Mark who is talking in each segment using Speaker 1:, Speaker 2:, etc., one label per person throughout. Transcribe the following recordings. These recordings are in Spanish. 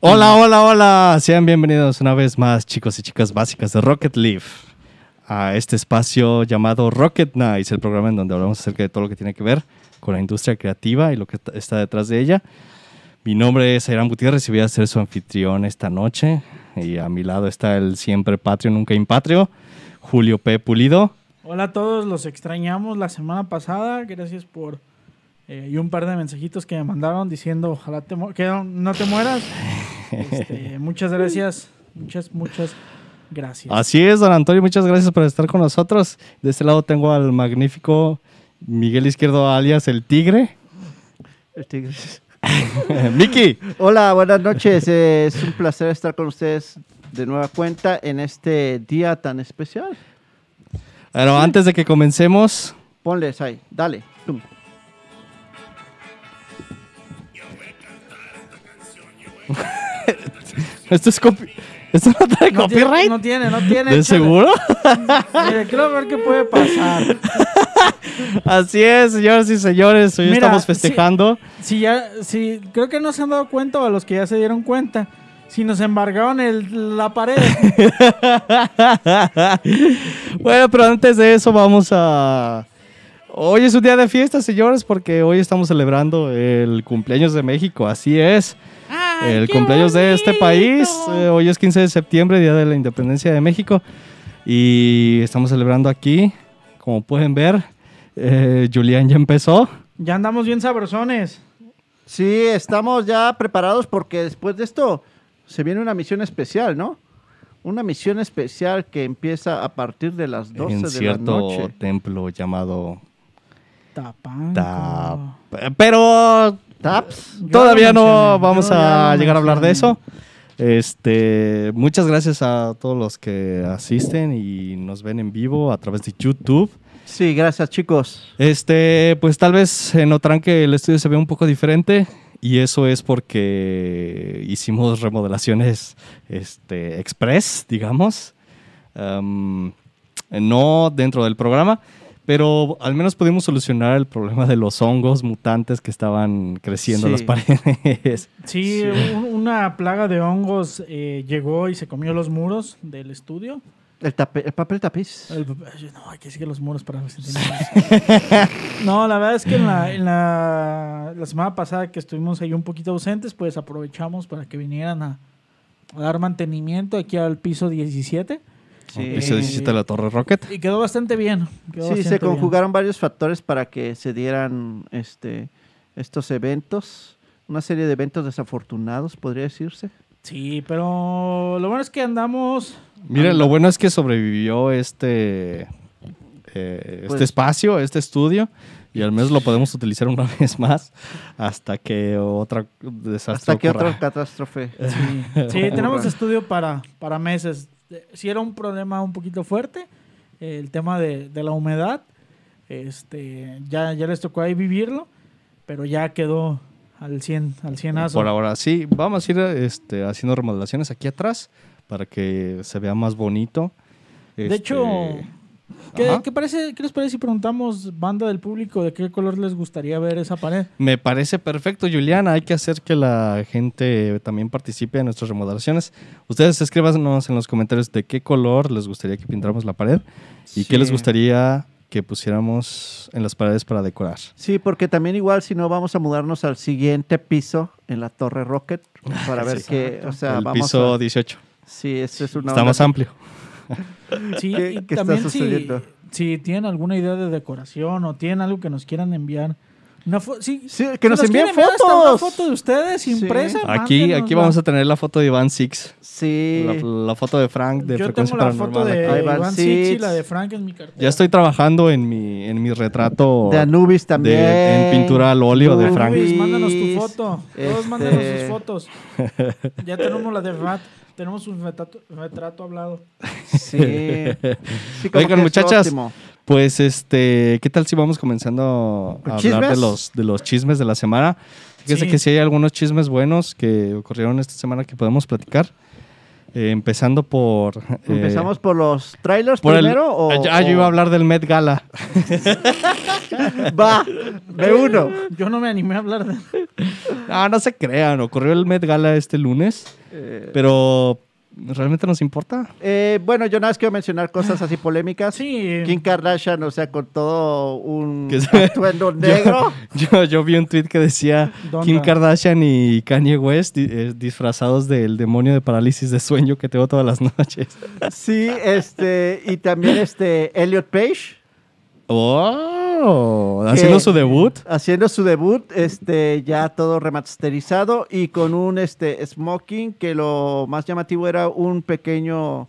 Speaker 1: Hola, hola, hola. Sean bienvenidos una vez más, chicos y chicas básicas de Rocket Leaf, a este espacio llamado Rocket Nights, el programa en donde hablamos acerca de todo lo que tiene que ver con la industria creativa y lo que está detrás de ella. Mi nombre es Ayrán Gutiérrez y voy a ser su anfitrión esta noche. Y a mi lado está el siempre patrio, nunca impatrio, Julio P. Pulido.
Speaker 2: Hola a todos, los extrañamos la semana pasada. Gracias por. eh, y un par de mensajitos que me mandaron diciendo: Ojalá te mu- que no- no te mueras. Este, muchas gracias. Muchas, muchas gracias.
Speaker 1: Así es, don Antonio, muchas gracias por estar con nosotros. De este lado tengo al magnífico Miguel Izquierdo, alias El Tigre.
Speaker 3: El Tigres.
Speaker 1: Miki,
Speaker 3: Este, Hola, buenas noches. Eh, Es un placer estar con ustedes de nueva cuenta en este día tan especial.
Speaker 1: pero antes de que comencemos,
Speaker 3: Ponles ahí, dale. Tum.
Speaker 1: esto es copi- esto no trae
Speaker 2: No tiene-
Speaker 1: copyright.
Speaker 2: No tiene, no tiene.
Speaker 1: ¿De
Speaker 2: échale.
Speaker 1: seguro?
Speaker 2: Mire, quiero ver qué puede pasar.
Speaker 1: Así es, señoras y señores, hoy
Speaker 2: Mira,
Speaker 1: estamos
Speaker 2: sí.
Speaker 1: festejando.
Speaker 2: Si ya, si creo que no se han dado cuenta o a los que ya se dieron cuenta, si nos embargaron el, la pared.
Speaker 1: bueno, pero antes de eso vamos a... Hoy es un día de fiesta, señores, porque hoy estamos celebrando el cumpleaños de México, así es. el cumpleaños de este país. Eh, hoy es 15 de septiembre, Día de la Independencia de México. Y estamos celebrando aquí, como pueden ver, eh, Julián ya empezó.
Speaker 2: ya andamos bien sabrosones.
Speaker 3: Sí, estamos ya preparados porque después de esto se viene una misión especial, ¿no? Una misión especial que empieza a partir de las 12
Speaker 1: en
Speaker 3: de la
Speaker 1: cierto
Speaker 3: noche.
Speaker 1: templo llamado
Speaker 2: Tapanco.
Speaker 1: Ta- Pero
Speaker 3: Taps.
Speaker 2: Yo
Speaker 1: todavía
Speaker 2: lo mencioné,
Speaker 1: no vamos
Speaker 2: yo ya
Speaker 1: a
Speaker 2: lo
Speaker 1: llegar a hablar de
Speaker 2: mencioné.
Speaker 1: eso. Este, muchas gracias a todos los que asisten y nos ven en vivo a través de YouTube.
Speaker 3: Sí, gracias chicos.
Speaker 1: Este, pues tal vez se notarán que el estudio se ve un poco diferente y eso es porque hicimos remodelaciones este, express, digamos. Am, no dentro del programa, pero al menos pudimos solucionar el problema de los hongos mutantes que estaban creciendo en las
Speaker 3: Sí.
Speaker 1: paredes.
Speaker 2: Sí, un- una plaga de hongos eh, llegó y se comió los muros del estudio.
Speaker 3: El, tape- el papel tapiz.
Speaker 2: El- no, hay que seguir los muros para los sentimientos. No, la verdad es que en, la, en la- la semana pasada que estuvimos ahí un poquito ausentes, pues aprovechamos para que vinieran a, a dar mantenimiento aquí al piso 17.
Speaker 3: Sí.
Speaker 1: Piso 17 de la Torre Rocket.
Speaker 2: Y quedó bastante bien. quedó
Speaker 3: Sí,
Speaker 2: bastante
Speaker 3: se
Speaker 2: bien.
Speaker 3: conjugaron varios factores para que se dieran este, estos eventos. Una serie de eventos desafortunados, podría decirse.
Speaker 2: Sí, pero lo bueno es que andamos...
Speaker 1: Miren, lo bueno es que sobrevivió este, eh,
Speaker 3: Pues-
Speaker 1: este espacio, este estudio, y al menos lo podemos utilizar una vez más hasta que otra desastre
Speaker 3: Hasta que
Speaker 1: ocurra.
Speaker 3: otra catástrofe.
Speaker 2: Sí, sí, tenemos
Speaker 3: Ocurra.
Speaker 2: estudio para, para meses. Si era un problema un poquito fuerte, eh, el tema de, de la humedad, este, ya, ya les tocó ahí vivirlo, pero ya quedó al 100, al 100
Speaker 1: Por ahora sí, vamos a ir este, haciendo remodelaciones aquí atrás para que se vea más bonito.
Speaker 2: De
Speaker 1: Este,
Speaker 2: hecho, ¿qué,
Speaker 1: ajá.
Speaker 2: qué parece, ¿qué les parece si preguntamos, banda del público, de qué color les gustaría ver esa pared?
Speaker 1: Me parece perfecto, Juliana. Hay que hacer que la gente también participe en nuestras remodelaciones. Ustedes escríbanos en los comentarios de qué color les gustaría que pintáramos la pared y qué
Speaker 3: Sí.
Speaker 1: les gustaría que pusiéramos en las paredes para decorar.
Speaker 3: Sí, porque también igual si no vamos a mudarnos al siguiente piso en la Torre Rocket para ver qué, o sea,
Speaker 1: Ah, El
Speaker 3: vamos
Speaker 1: piso
Speaker 3: a...
Speaker 1: 18
Speaker 3: Sí, eso es una
Speaker 1: está
Speaker 3: onda
Speaker 1: más
Speaker 3: que-
Speaker 1: amplio.
Speaker 2: Sí,
Speaker 3: ¿Qué-
Speaker 2: y
Speaker 3: qué está
Speaker 2: también si,
Speaker 3: sucediendo?
Speaker 2: si tienen alguna idea de decoración o tienen algo que nos quieran enviar. Una fo- sí,
Speaker 3: Sí, que
Speaker 2: si
Speaker 3: nos
Speaker 2: quieren
Speaker 3: envíen
Speaker 2: enviar hasta Una
Speaker 3: fotos.
Speaker 2: foto de ustedes
Speaker 3: Sí.
Speaker 2: impresa.
Speaker 1: Aquí, aquí vamos a tener la foto de Iván Six,
Speaker 3: Sí,
Speaker 1: la, la foto de Frank de
Speaker 2: Yo
Speaker 1: Frecuencia
Speaker 2: tengo la foto
Speaker 1: Paranormal
Speaker 2: de
Speaker 1: aquí.
Speaker 3: Ahí va.
Speaker 2: Iván
Speaker 3: Six.
Speaker 2: Six y la de Frank en mi cartera.
Speaker 1: Ya estoy trabajando en mi, en mi retrato
Speaker 3: de Anubis también.
Speaker 1: en pintura al óleo de
Speaker 2: Luis,
Speaker 1: Frank.
Speaker 2: mándanos tu foto. Todos
Speaker 3: Este-
Speaker 2: mándanos sus fotos. Ya tenemos la de Rat. Tenemos un retrato, retrato hablado.
Speaker 3: Sí. Sí, como
Speaker 1: Oigan,
Speaker 3: que es
Speaker 1: muchachas,
Speaker 3: óptimo.
Speaker 1: Pues este, ¿qué tal si vamos comenzando a
Speaker 3: ¿Con
Speaker 1: hablar de
Speaker 3: chismes?
Speaker 1: los, de los chismes de la semana? Fíjense
Speaker 2: Sí.
Speaker 1: que sí hay algunos chismes buenos que ocurrieron esta semana que podemos platicar. eh, empezando por... eh,
Speaker 3: ¿Empezamos por los trailers
Speaker 1: por el-
Speaker 3: primero o...?
Speaker 1: Ah, yo iba a hablar del Met Gala.
Speaker 3: Va, de uno.
Speaker 2: Yo no me animé a hablar de.
Speaker 1: Ah, no se crean, ocurrió el Met Gala este lunes,
Speaker 3: Eh,
Speaker 1: pero ¿realmente nos importa?
Speaker 3: eh, bueno, yo nada más quiero mencionar cosas así polémicas.
Speaker 2: Sí.
Speaker 3: Kim Kardashian, o sea, con todo un
Speaker 1: Que se-
Speaker 3: atuendo
Speaker 1: Yo-
Speaker 3: negro.
Speaker 1: Yo, yo vi un tweet que decía
Speaker 2: ¿Dónde?
Speaker 1: Kim Kardashian y Kanye West di- eh, disfrazados del demonio de parálisis de sueño que tengo todas las noches.
Speaker 3: Sí, este, y también este Elliot Page
Speaker 1: ¡Oh! Haciendo su debut.
Speaker 3: haciendo su debut, este, ya todo remasterizado y con un este smoking que lo más llamativo era un pequeño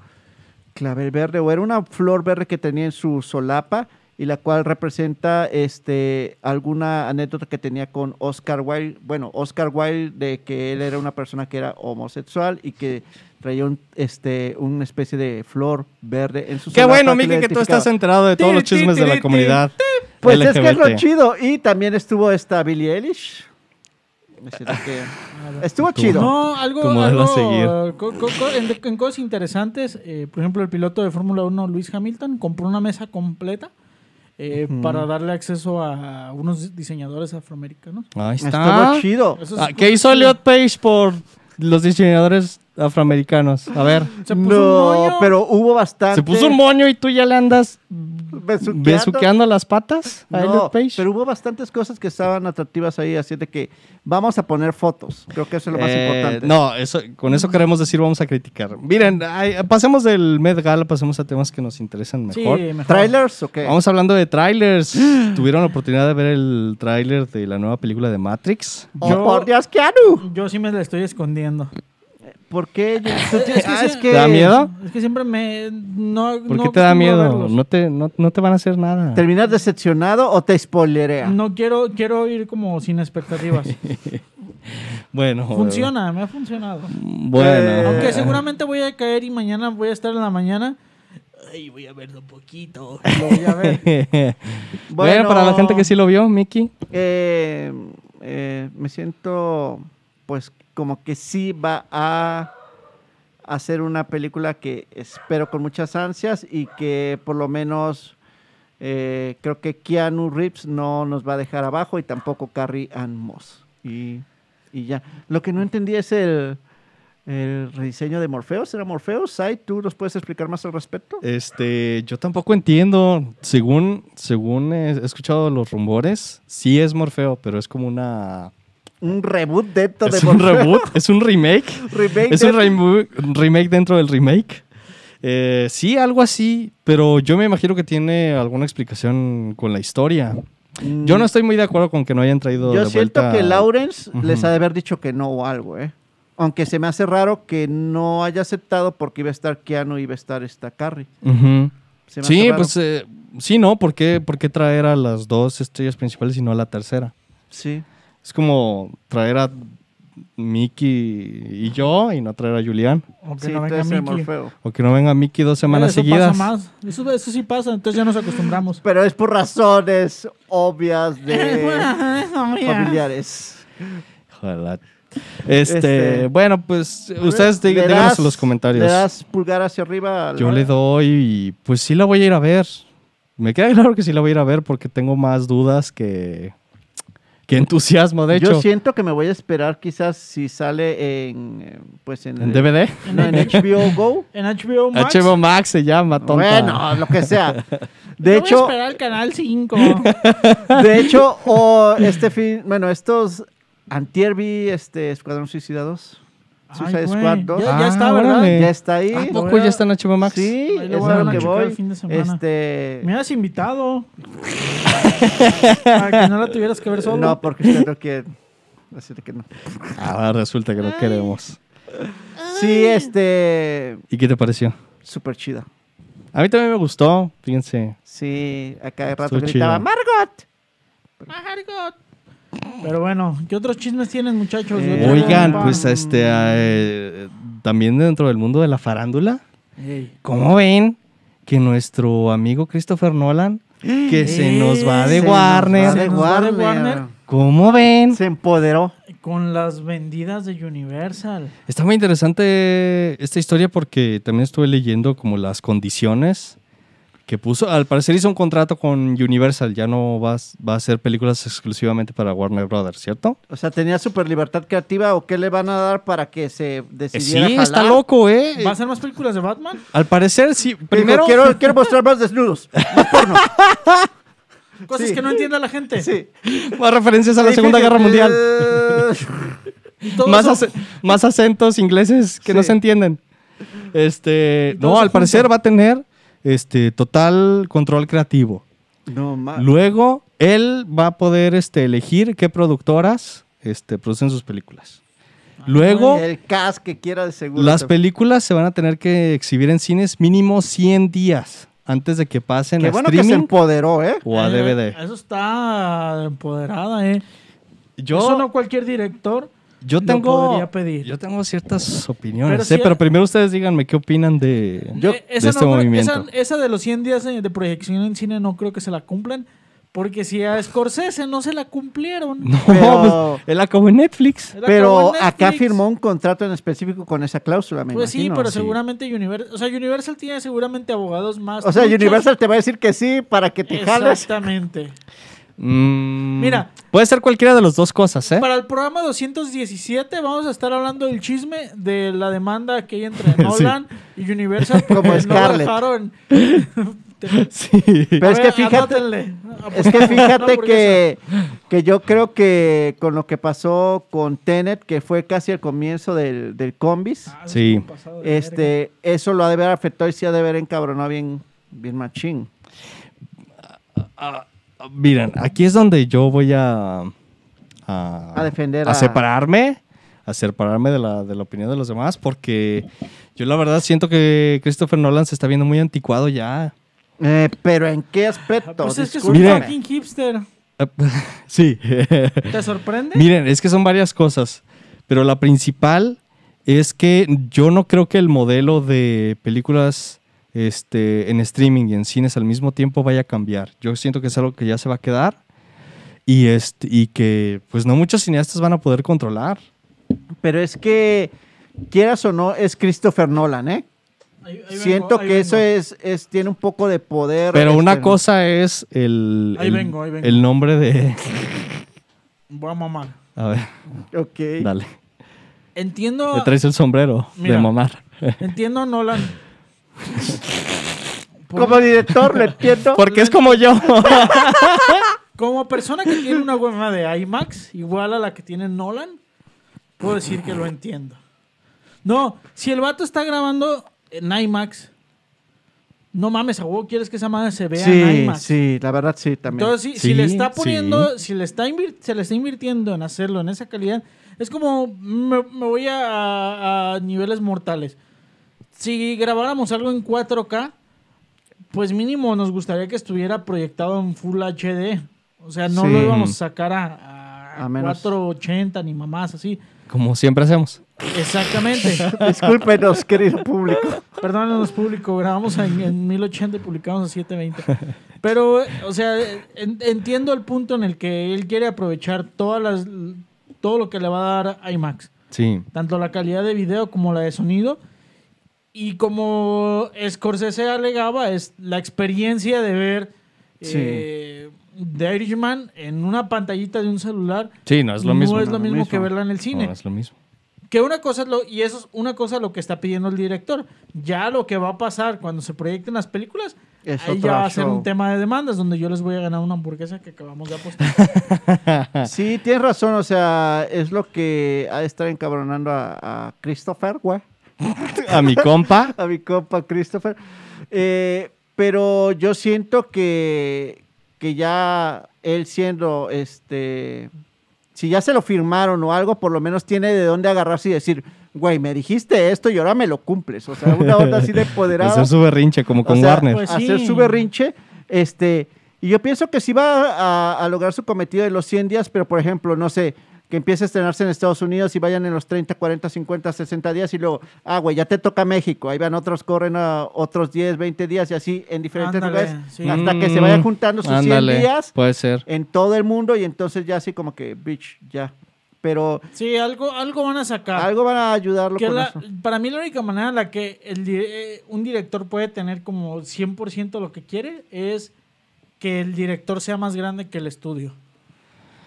Speaker 3: clavel verde o era una flor verde que tenía en su solapa y la cual representa este alguna anécdota que tenía con Oscar Wilde, bueno, Oscar Wilde de que él era una persona que era homosexual y que traía un este una especie de flor verde en su
Speaker 1: Qué
Speaker 3: solapa
Speaker 1: bueno,
Speaker 3: que lo
Speaker 1: Miki, que tú
Speaker 3: identificaba.
Speaker 1: estás enterado de todos los
Speaker 2: Ti, ti,
Speaker 1: chismes de
Speaker 2: ti,
Speaker 1: la
Speaker 2: ti,
Speaker 1: comunidad.
Speaker 3: Pues es que es
Speaker 1: LGBT.
Speaker 3: lo chido. Y también estuvo esta Billie Eilish. Me siento que- Estuvo chido.
Speaker 2: No, algo.
Speaker 1: Tu modelo a
Speaker 2: algo,
Speaker 1: seguir.
Speaker 2: eh, co- co- co- en, en cosas interesantes, eh, por ejemplo, el piloto de Fórmula 1, Luis Hamilton, compró una mesa completa eh, para darle acceso a unos diseñadores afroamericanos.
Speaker 1: Ahí está.
Speaker 3: Estuvo chido.
Speaker 2: Eso es-
Speaker 1: Ah, ¿Qué hizo Elliot Page por los diseñadores afroamericanos? A ver.
Speaker 2: Se puso un
Speaker 3: No,
Speaker 2: moño.
Speaker 3: pero hubo bastante.
Speaker 1: ¿Se puso un moño y tú ya le andas
Speaker 3: besuqueando.
Speaker 1: besuqueando las patas a
Speaker 3: No,
Speaker 1: Elliot Page?
Speaker 3: pero hubo bastantes cosas que estaban atractivas ahí, así de que vamos a poner fotos. Creo que eso es lo más
Speaker 1: Eh,
Speaker 3: importante.
Speaker 1: No, eso, con eso queremos decir vamos a criticar. Miren, ay, pasemos del Met Gala, pasemos a temas que nos interesan
Speaker 2: Sí,
Speaker 1: mejor.
Speaker 2: mejor.
Speaker 3: ¿Trailers o qué?
Speaker 1: Vamos hablando de trailers. ¿Tuvieron la oportunidad de ver el tráiler de la nueva película de Matrix?
Speaker 3: Oh,
Speaker 2: yo-
Speaker 3: por Dios, Keanu.
Speaker 2: Yo sí me la estoy escondiendo.
Speaker 3: ¿Por qué? Tú tienes- ah, es que
Speaker 1: ¿Te da miedo?
Speaker 2: Es que siempre me. No, no
Speaker 1: ¿Por
Speaker 3: pues,
Speaker 1: qué te
Speaker 2: acostumbro
Speaker 1: da
Speaker 2: a
Speaker 1: miedo?
Speaker 2: verlos.
Speaker 1: No te, no, no te van a hacer nada.
Speaker 3: ¿Terminas decepcionado o te spoilerea?
Speaker 2: No quiero, quiero ir como sin expectativas.
Speaker 1: Bueno.
Speaker 2: Funciona, me ha funcionado.
Speaker 1: Bueno.
Speaker 3: Eh,
Speaker 2: Aunque seguramente voy a caer y mañana voy a estar en la mañana. Ay, voy a verlo un poquito. Lo voy a ver.
Speaker 1: bueno,
Speaker 3: Bueno.
Speaker 1: para la gente que sí lo vio, Mickey.
Speaker 3: Eh, eh, me siento pues como que sí va a hacer una película que espero con muchas ansias y que por lo menos eh, creo que Keanu Reeves no nos va a dejar abajo y tampoco Carrie Ann Moss. Y, y ya. Lo que no entendí es el, el rediseño de Morpheus. ¿Era Morpheus? Sai, ¿tú nos puedes explicar más al respecto?
Speaker 1: Este, yo tampoco entiendo. Según, según he he escuchado los rumores, sí es Morfeo, pero es como una.
Speaker 3: Un reboot dentro
Speaker 1: Es
Speaker 3: de
Speaker 1: un
Speaker 3: Morpheus.
Speaker 1: reboot, es un remake.
Speaker 3: Remake
Speaker 1: es un
Speaker 3: dentro-
Speaker 1: remu- remake dentro del remake. Eh, sí, algo así, pero yo me imagino que tiene alguna explicación con la historia.
Speaker 3: Mm.
Speaker 1: Yo no estoy muy de acuerdo con que no hayan traído
Speaker 3: Yo
Speaker 1: de
Speaker 3: siento
Speaker 1: vuelta-
Speaker 3: que Lawrence les
Speaker 1: Ujú.
Speaker 3: ha de haber dicho que no o algo, ¿eh? Aunque se me hace raro que no haya aceptado porque iba a estar Keanu y iba a estar esta Carrie.
Speaker 1: Ujú.
Speaker 3: Se me hace
Speaker 1: Sí,
Speaker 3: raro.
Speaker 1: pues eh, sí, ¿no? ¿Por qué, por qué traer a las dos estrellas principales y no a la tercera?
Speaker 3: Sí.
Speaker 1: Es como traer a Mickey y yo y no traer a Julián.
Speaker 2: Aunque
Speaker 3: Sí,
Speaker 2: no venga
Speaker 3: entonces,
Speaker 2: Mickey.
Speaker 3: Morfeo.
Speaker 1: O que no venga Mickey dos semanas
Speaker 2: eso
Speaker 1: seguidas.
Speaker 2: pasa más. Eso, eso sí pasa, entonces ya nos acostumbramos.
Speaker 3: Pero es por razones obvias de
Speaker 2: Eso, mira.
Speaker 3: familiares.
Speaker 1: Ojalá. Este,
Speaker 3: Este-
Speaker 1: bueno, pues ustedes dí-
Speaker 3: ¿Le
Speaker 1: díganos
Speaker 3: das-
Speaker 1: en los comentarios.
Speaker 3: ¿Le das pulgar hacia arriba? a la-
Speaker 1: Yo le doy y pues sí la voy a ir a ver. Me queda claro que sí la voy a ir a ver porque tengo más dudas que, que entusiasmo, de
Speaker 3: Yo
Speaker 1: hecho.
Speaker 3: siento que me voy a esperar quizás si sale en, eh, pues en,
Speaker 1: ¿En DVD?
Speaker 3: no, en HBO Go.
Speaker 2: En HBO Max.
Speaker 1: HBO Max se llama, tonta.
Speaker 3: Bueno, lo que sea. De
Speaker 2: Yo
Speaker 3: hecho,
Speaker 2: Voy a esperar al canal 5.
Speaker 3: De hecho, o este fin, bueno, estos antier vi este Escuadrón Suicidados. Suicide Squad 2.
Speaker 2: Ya, ya está,
Speaker 1: Ah,
Speaker 2: ¿verdad?
Speaker 1: órale.
Speaker 3: Ya está ahí.
Speaker 1: ¿A
Speaker 2: lo
Speaker 1: poco
Speaker 2: voy a-
Speaker 1: ya está en HBO Max?
Speaker 3: Sí,
Speaker 2: Ahí
Speaker 3: es
Speaker 2: lo voy
Speaker 3: a
Speaker 2: a
Speaker 3: lo que
Speaker 2: checar el
Speaker 3: voy.
Speaker 2: fin de semana.
Speaker 3: Este
Speaker 2: Me has invitado. Para que no la tuvieras que ver solo.
Speaker 3: no, porque usted no quiere. Así de que no.
Speaker 1: Ahora Ah, resulta que lo queremos.
Speaker 3: Sí, este
Speaker 1: ¿Y qué te pareció?
Speaker 3: súper chida.
Speaker 1: A mí también me gustó, fíjense.
Speaker 3: Sí, a cada rato
Speaker 1: Estuvo
Speaker 3: gritaba
Speaker 1: chido.
Speaker 3: Margot.
Speaker 2: Pero bueno, ¿qué otros chismes tienen, muchachos? Yo
Speaker 3: Eh,
Speaker 2: traigo
Speaker 1: Oigan,
Speaker 2: un
Speaker 1: pues
Speaker 2: pan.
Speaker 1: este, eh, también dentro del mundo de la farándula,
Speaker 2: Ey.
Speaker 1: ¿cómo ven que nuestro amigo Christopher Nolan, que se nos va de
Speaker 3: Se nos va
Speaker 1: Warner,
Speaker 3: de
Speaker 2: nos va de
Speaker 3: Warner.
Speaker 2: Warner.
Speaker 1: ¿cómo ven?
Speaker 3: Se empoderó.
Speaker 2: Con las vendidas de Universal.
Speaker 1: Está muy interesante esta historia porque también estuve leyendo como las condiciones que puso. Al parecer hizo un contrato con Universal, ya no va, a- va a hacer películas exclusivamente para Warner Brothers, ¿cierto?
Speaker 3: O sea, ¿tenía super libertad creativa o qué le van a dar para que se
Speaker 1: Eh,
Speaker 3: decidiera
Speaker 1: sí, está
Speaker 3: jalar?
Speaker 1: loco, ¿eh?
Speaker 2: ¿Va a ser más películas de Batman?
Speaker 1: Al parecer sí.
Speaker 3: Dijo,
Speaker 1: Primero,
Speaker 3: quiero, quiero mostrar más desnudos.
Speaker 2: Cosas
Speaker 3: Sí.
Speaker 2: que no entienda la gente.
Speaker 3: Sí.
Speaker 1: más referencias a la
Speaker 3: Sí,
Speaker 1: Segunda
Speaker 3: sí,
Speaker 1: Guerra
Speaker 3: eh,
Speaker 1: Mundial.
Speaker 2: Todo
Speaker 1: Más,
Speaker 2: eso-
Speaker 1: ace- más acentos ingleses que no
Speaker 3: Sí.
Speaker 1: se entienden. Este,
Speaker 2: Y todo
Speaker 1: no,
Speaker 2: eso
Speaker 1: al parecer
Speaker 2: junto.
Speaker 1: va a tener este, total control creativo.
Speaker 3: No ma-
Speaker 1: Luego, él va a poder este, elegir qué productoras este, producen sus películas.
Speaker 3: Ah,
Speaker 1: Luego,
Speaker 3: El cas que quiera de seguro.
Speaker 1: las películas se van a tener que exhibir en cines mínimo 100 días antes de que pasen
Speaker 3: Qué
Speaker 1: a
Speaker 3: bueno que se
Speaker 1: streaming
Speaker 3: empoderó, ¿eh?
Speaker 1: o a
Speaker 2: Eh,
Speaker 1: DVD.
Speaker 2: Eso está empoderada, ¿eh? Eso
Speaker 1: Yo,
Speaker 2: no cualquier director.
Speaker 1: yo,
Speaker 2: lo
Speaker 1: tengo,
Speaker 2: podría pedir.
Speaker 1: yo tengo ciertas opiniones,
Speaker 2: Pero
Speaker 1: ¿eh?
Speaker 2: si-
Speaker 1: pero primero ustedes díganme qué opinan de,
Speaker 3: Yo-
Speaker 2: Eh,
Speaker 1: de este
Speaker 2: no creo-
Speaker 1: movimiento.
Speaker 2: esa- esa de los 100 días eh, de proyección en cine no creo que se la cumplan. Porque si a Scorsese no se la cumplieron.
Speaker 1: No,
Speaker 3: Pero-
Speaker 1: pues, él acabó en Netflix.
Speaker 2: Él acabó
Speaker 3: Pero
Speaker 2: en
Speaker 3: acá
Speaker 2: Netflix.
Speaker 3: firmó un contrato en específico con esa cláusula, me
Speaker 2: Pues sí,
Speaker 3: imagino.
Speaker 2: pero
Speaker 1: sí.
Speaker 2: seguramente Universal. O sea, Universal tiene seguramente abogados más.
Speaker 3: O sea,
Speaker 2: truchos.
Speaker 3: Universal te va a decir que sí para que te jales.
Speaker 2: Exactamente.
Speaker 1: Mm,
Speaker 2: Mira.
Speaker 1: Puede ser cualquiera de las dos cosas, ¿eh?
Speaker 2: Para el programa 217 vamos a estar hablando del chisme de la demanda que hay entre Nolan y Universal porque
Speaker 3: Como Scarlett.
Speaker 2: no lo dejaron.
Speaker 1: Sí.
Speaker 3: Pero es
Speaker 2: A
Speaker 3: que
Speaker 2: ver,
Speaker 3: fíjate,
Speaker 2: anótenle. Ah,
Speaker 3: Es que
Speaker 2: una
Speaker 3: fíjate
Speaker 2: hamburguesa.
Speaker 3: que, que yo creo que con lo que pasó con Tenet, que fue casi el comienzo del, del combis,
Speaker 2: Ah,
Speaker 1: Sí.
Speaker 2: estuvo pasado de verga.
Speaker 3: este, eso lo ha de haber afectado y sí ha de haber encabronado bien, bien machín.
Speaker 1: Ah, Miren, aquí es donde yo voy a. A,
Speaker 3: A defender
Speaker 1: a
Speaker 3: a-
Speaker 1: separarme. A separarme de la, de la opinión de los demás, porque yo la verdad siento que Christopher Nolan se está viendo muy anticuado ya.
Speaker 3: Eh, pero ¿en qué
Speaker 2: Ah,
Speaker 3: aspecto?
Speaker 2: Pues es que es un
Speaker 1: Mira.
Speaker 3: Discúlpame.
Speaker 2: fucking hipster.
Speaker 1: Eh, sí.
Speaker 2: ¿Te sorprende?
Speaker 1: Miren, es que son varias cosas, pero la principal es que yo no creo que el modelo de películas este, en streaming y en cines al mismo tiempo vaya a cambiar. Yo siento que es algo que ya se va a quedar y, este, y que pues no muchos cineastas van a poder controlar.
Speaker 3: Pero es que, quieras o no, es Christopher Nolan, ¿eh?
Speaker 2: Ahí- ahí vengo,
Speaker 3: Siento
Speaker 2: ahí
Speaker 3: que
Speaker 2: vengo.
Speaker 3: eso es, es, tiene un poco de poder.
Speaker 1: Pero una
Speaker 3: este,
Speaker 1: cosa es el,
Speaker 2: Ahí
Speaker 1: el-
Speaker 2: vengo, ahí vengo.
Speaker 1: el nombre de...
Speaker 2: Voy a mamar.
Speaker 1: A ver,
Speaker 3: Ok.
Speaker 1: dale.
Speaker 2: Entiendo,
Speaker 1: Le traes el sombrero de
Speaker 2: Mira.
Speaker 1: mamar.
Speaker 2: entiendo a Nolan. Por-
Speaker 3: Como director, lo entiendo.
Speaker 1: Porque es como yo.
Speaker 2: Como persona que tiene una goma de IMAX igual a la que tiene Nolan, puedo decir que lo entiendo. No, si el vato está grabando en IMAX, no mames, a huevo quieres que esa madre se vea en
Speaker 3: Sí,
Speaker 2: IMAX.
Speaker 3: sí, la verdad sí, también.
Speaker 2: Entonces, si, si
Speaker 1: Sí,
Speaker 2: le está
Speaker 1: sí.
Speaker 2: poniendo, si le está invir- se le está invirtiendo en hacerlo en esa calidad, es como me, me voy a, a- a niveles mortales. Si grabáramos algo en 4K, pues mínimo nos gustaría que estuviera proyectado en Full HD. O sea, no
Speaker 3: Sí.
Speaker 2: lo íbamos a sacar a, a
Speaker 3: A menos.
Speaker 2: 480 ni mamás así.
Speaker 1: como siempre hacemos.
Speaker 2: Exactamente.
Speaker 3: Discúlpenos, querido público.
Speaker 2: Perdónenos, público, grabamos en, en 1080 y publicamos en 720. Pero, o sea, en- entiendo el punto en el que él quiere aprovechar todas las, todo lo que le va a dar IMAX,
Speaker 1: Sí.
Speaker 2: tanto la calidad de video como la de sonido. Y como Scorsese alegaba, es la experiencia de ver
Speaker 3: Sí.
Speaker 2: eh, The Irishman en una pantallita de un celular.
Speaker 1: Sí, no es lo mismo.
Speaker 2: No es
Speaker 3: no
Speaker 2: lo
Speaker 3: es lo
Speaker 2: mismo que
Speaker 3: mismo.
Speaker 2: verla en el
Speaker 1: No,
Speaker 2: cine.
Speaker 1: no es lo mismo.
Speaker 2: Que una cosa es lo, y eso es una cosa lo que está pidiendo el director. Ya lo que va a pasar cuando se proyecten las películas,
Speaker 3: Es
Speaker 2: ahí
Speaker 3: otro
Speaker 2: ya va a ser
Speaker 3: show.
Speaker 2: un tema de demandas, donde yo les voy a ganar una hamburguesa que acabamos de apostar.
Speaker 3: Sí, tienes razón, o sea, es lo que ha de estar encabronando a, a Christopher, güey.
Speaker 1: A mi compa.
Speaker 3: A mi compa Christopher. Eh, pero yo siento que, que ya él siendo este. Si ya se lo firmaron o algo, por lo menos tiene de dónde agarrarse y decir, güey, me dijiste esto y ahora me lo cumples. O sea, una onda así de
Speaker 1: Pues
Speaker 3: empoderado.
Speaker 1: Hacer su berrinche como
Speaker 3: O
Speaker 1: con
Speaker 3: sea,
Speaker 1: Warner.
Speaker 2: pues-
Speaker 3: hacer
Speaker 2: sí.
Speaker 3: su berrinche. Este, y yo pienso que sí va a, a lograr su cometido de los 100 días, pero por ejemplo, no sé, que empiece a estrenarse en Estados Unidos y vayan en los 30, 40, 50, 60 días y luego, ah, güey, ya te toca México. Ahí van otros, corren a otros 10, 20 días y así en diferentes
Speaker 2: Ándale,
Speaker 3: lugares.
Speaker 2: sí.
Speaker 3: Hasta que se
Speaker 1: Mm,
Speaker 3: vayan juntando sus
Speaker 1: ándale,
Speaker 3: 100 días
Speaker 1: Puede ser.
Speaker 3: en todo el mundo y entonces ya así como que, bitch, ya. pero
Speaker 2: Sí, algo, algo van a sacar.
Speaker 3: algo van a ayudarlo
Speaker 2: Que
Speaker 3: con
Speaker 2: la-
Speaker 3: eso.
Speaker 2: para mí la única manera en la que el di- eh, un director puede tener como 100% lo que quiere es que el director sea más grande que el estudio.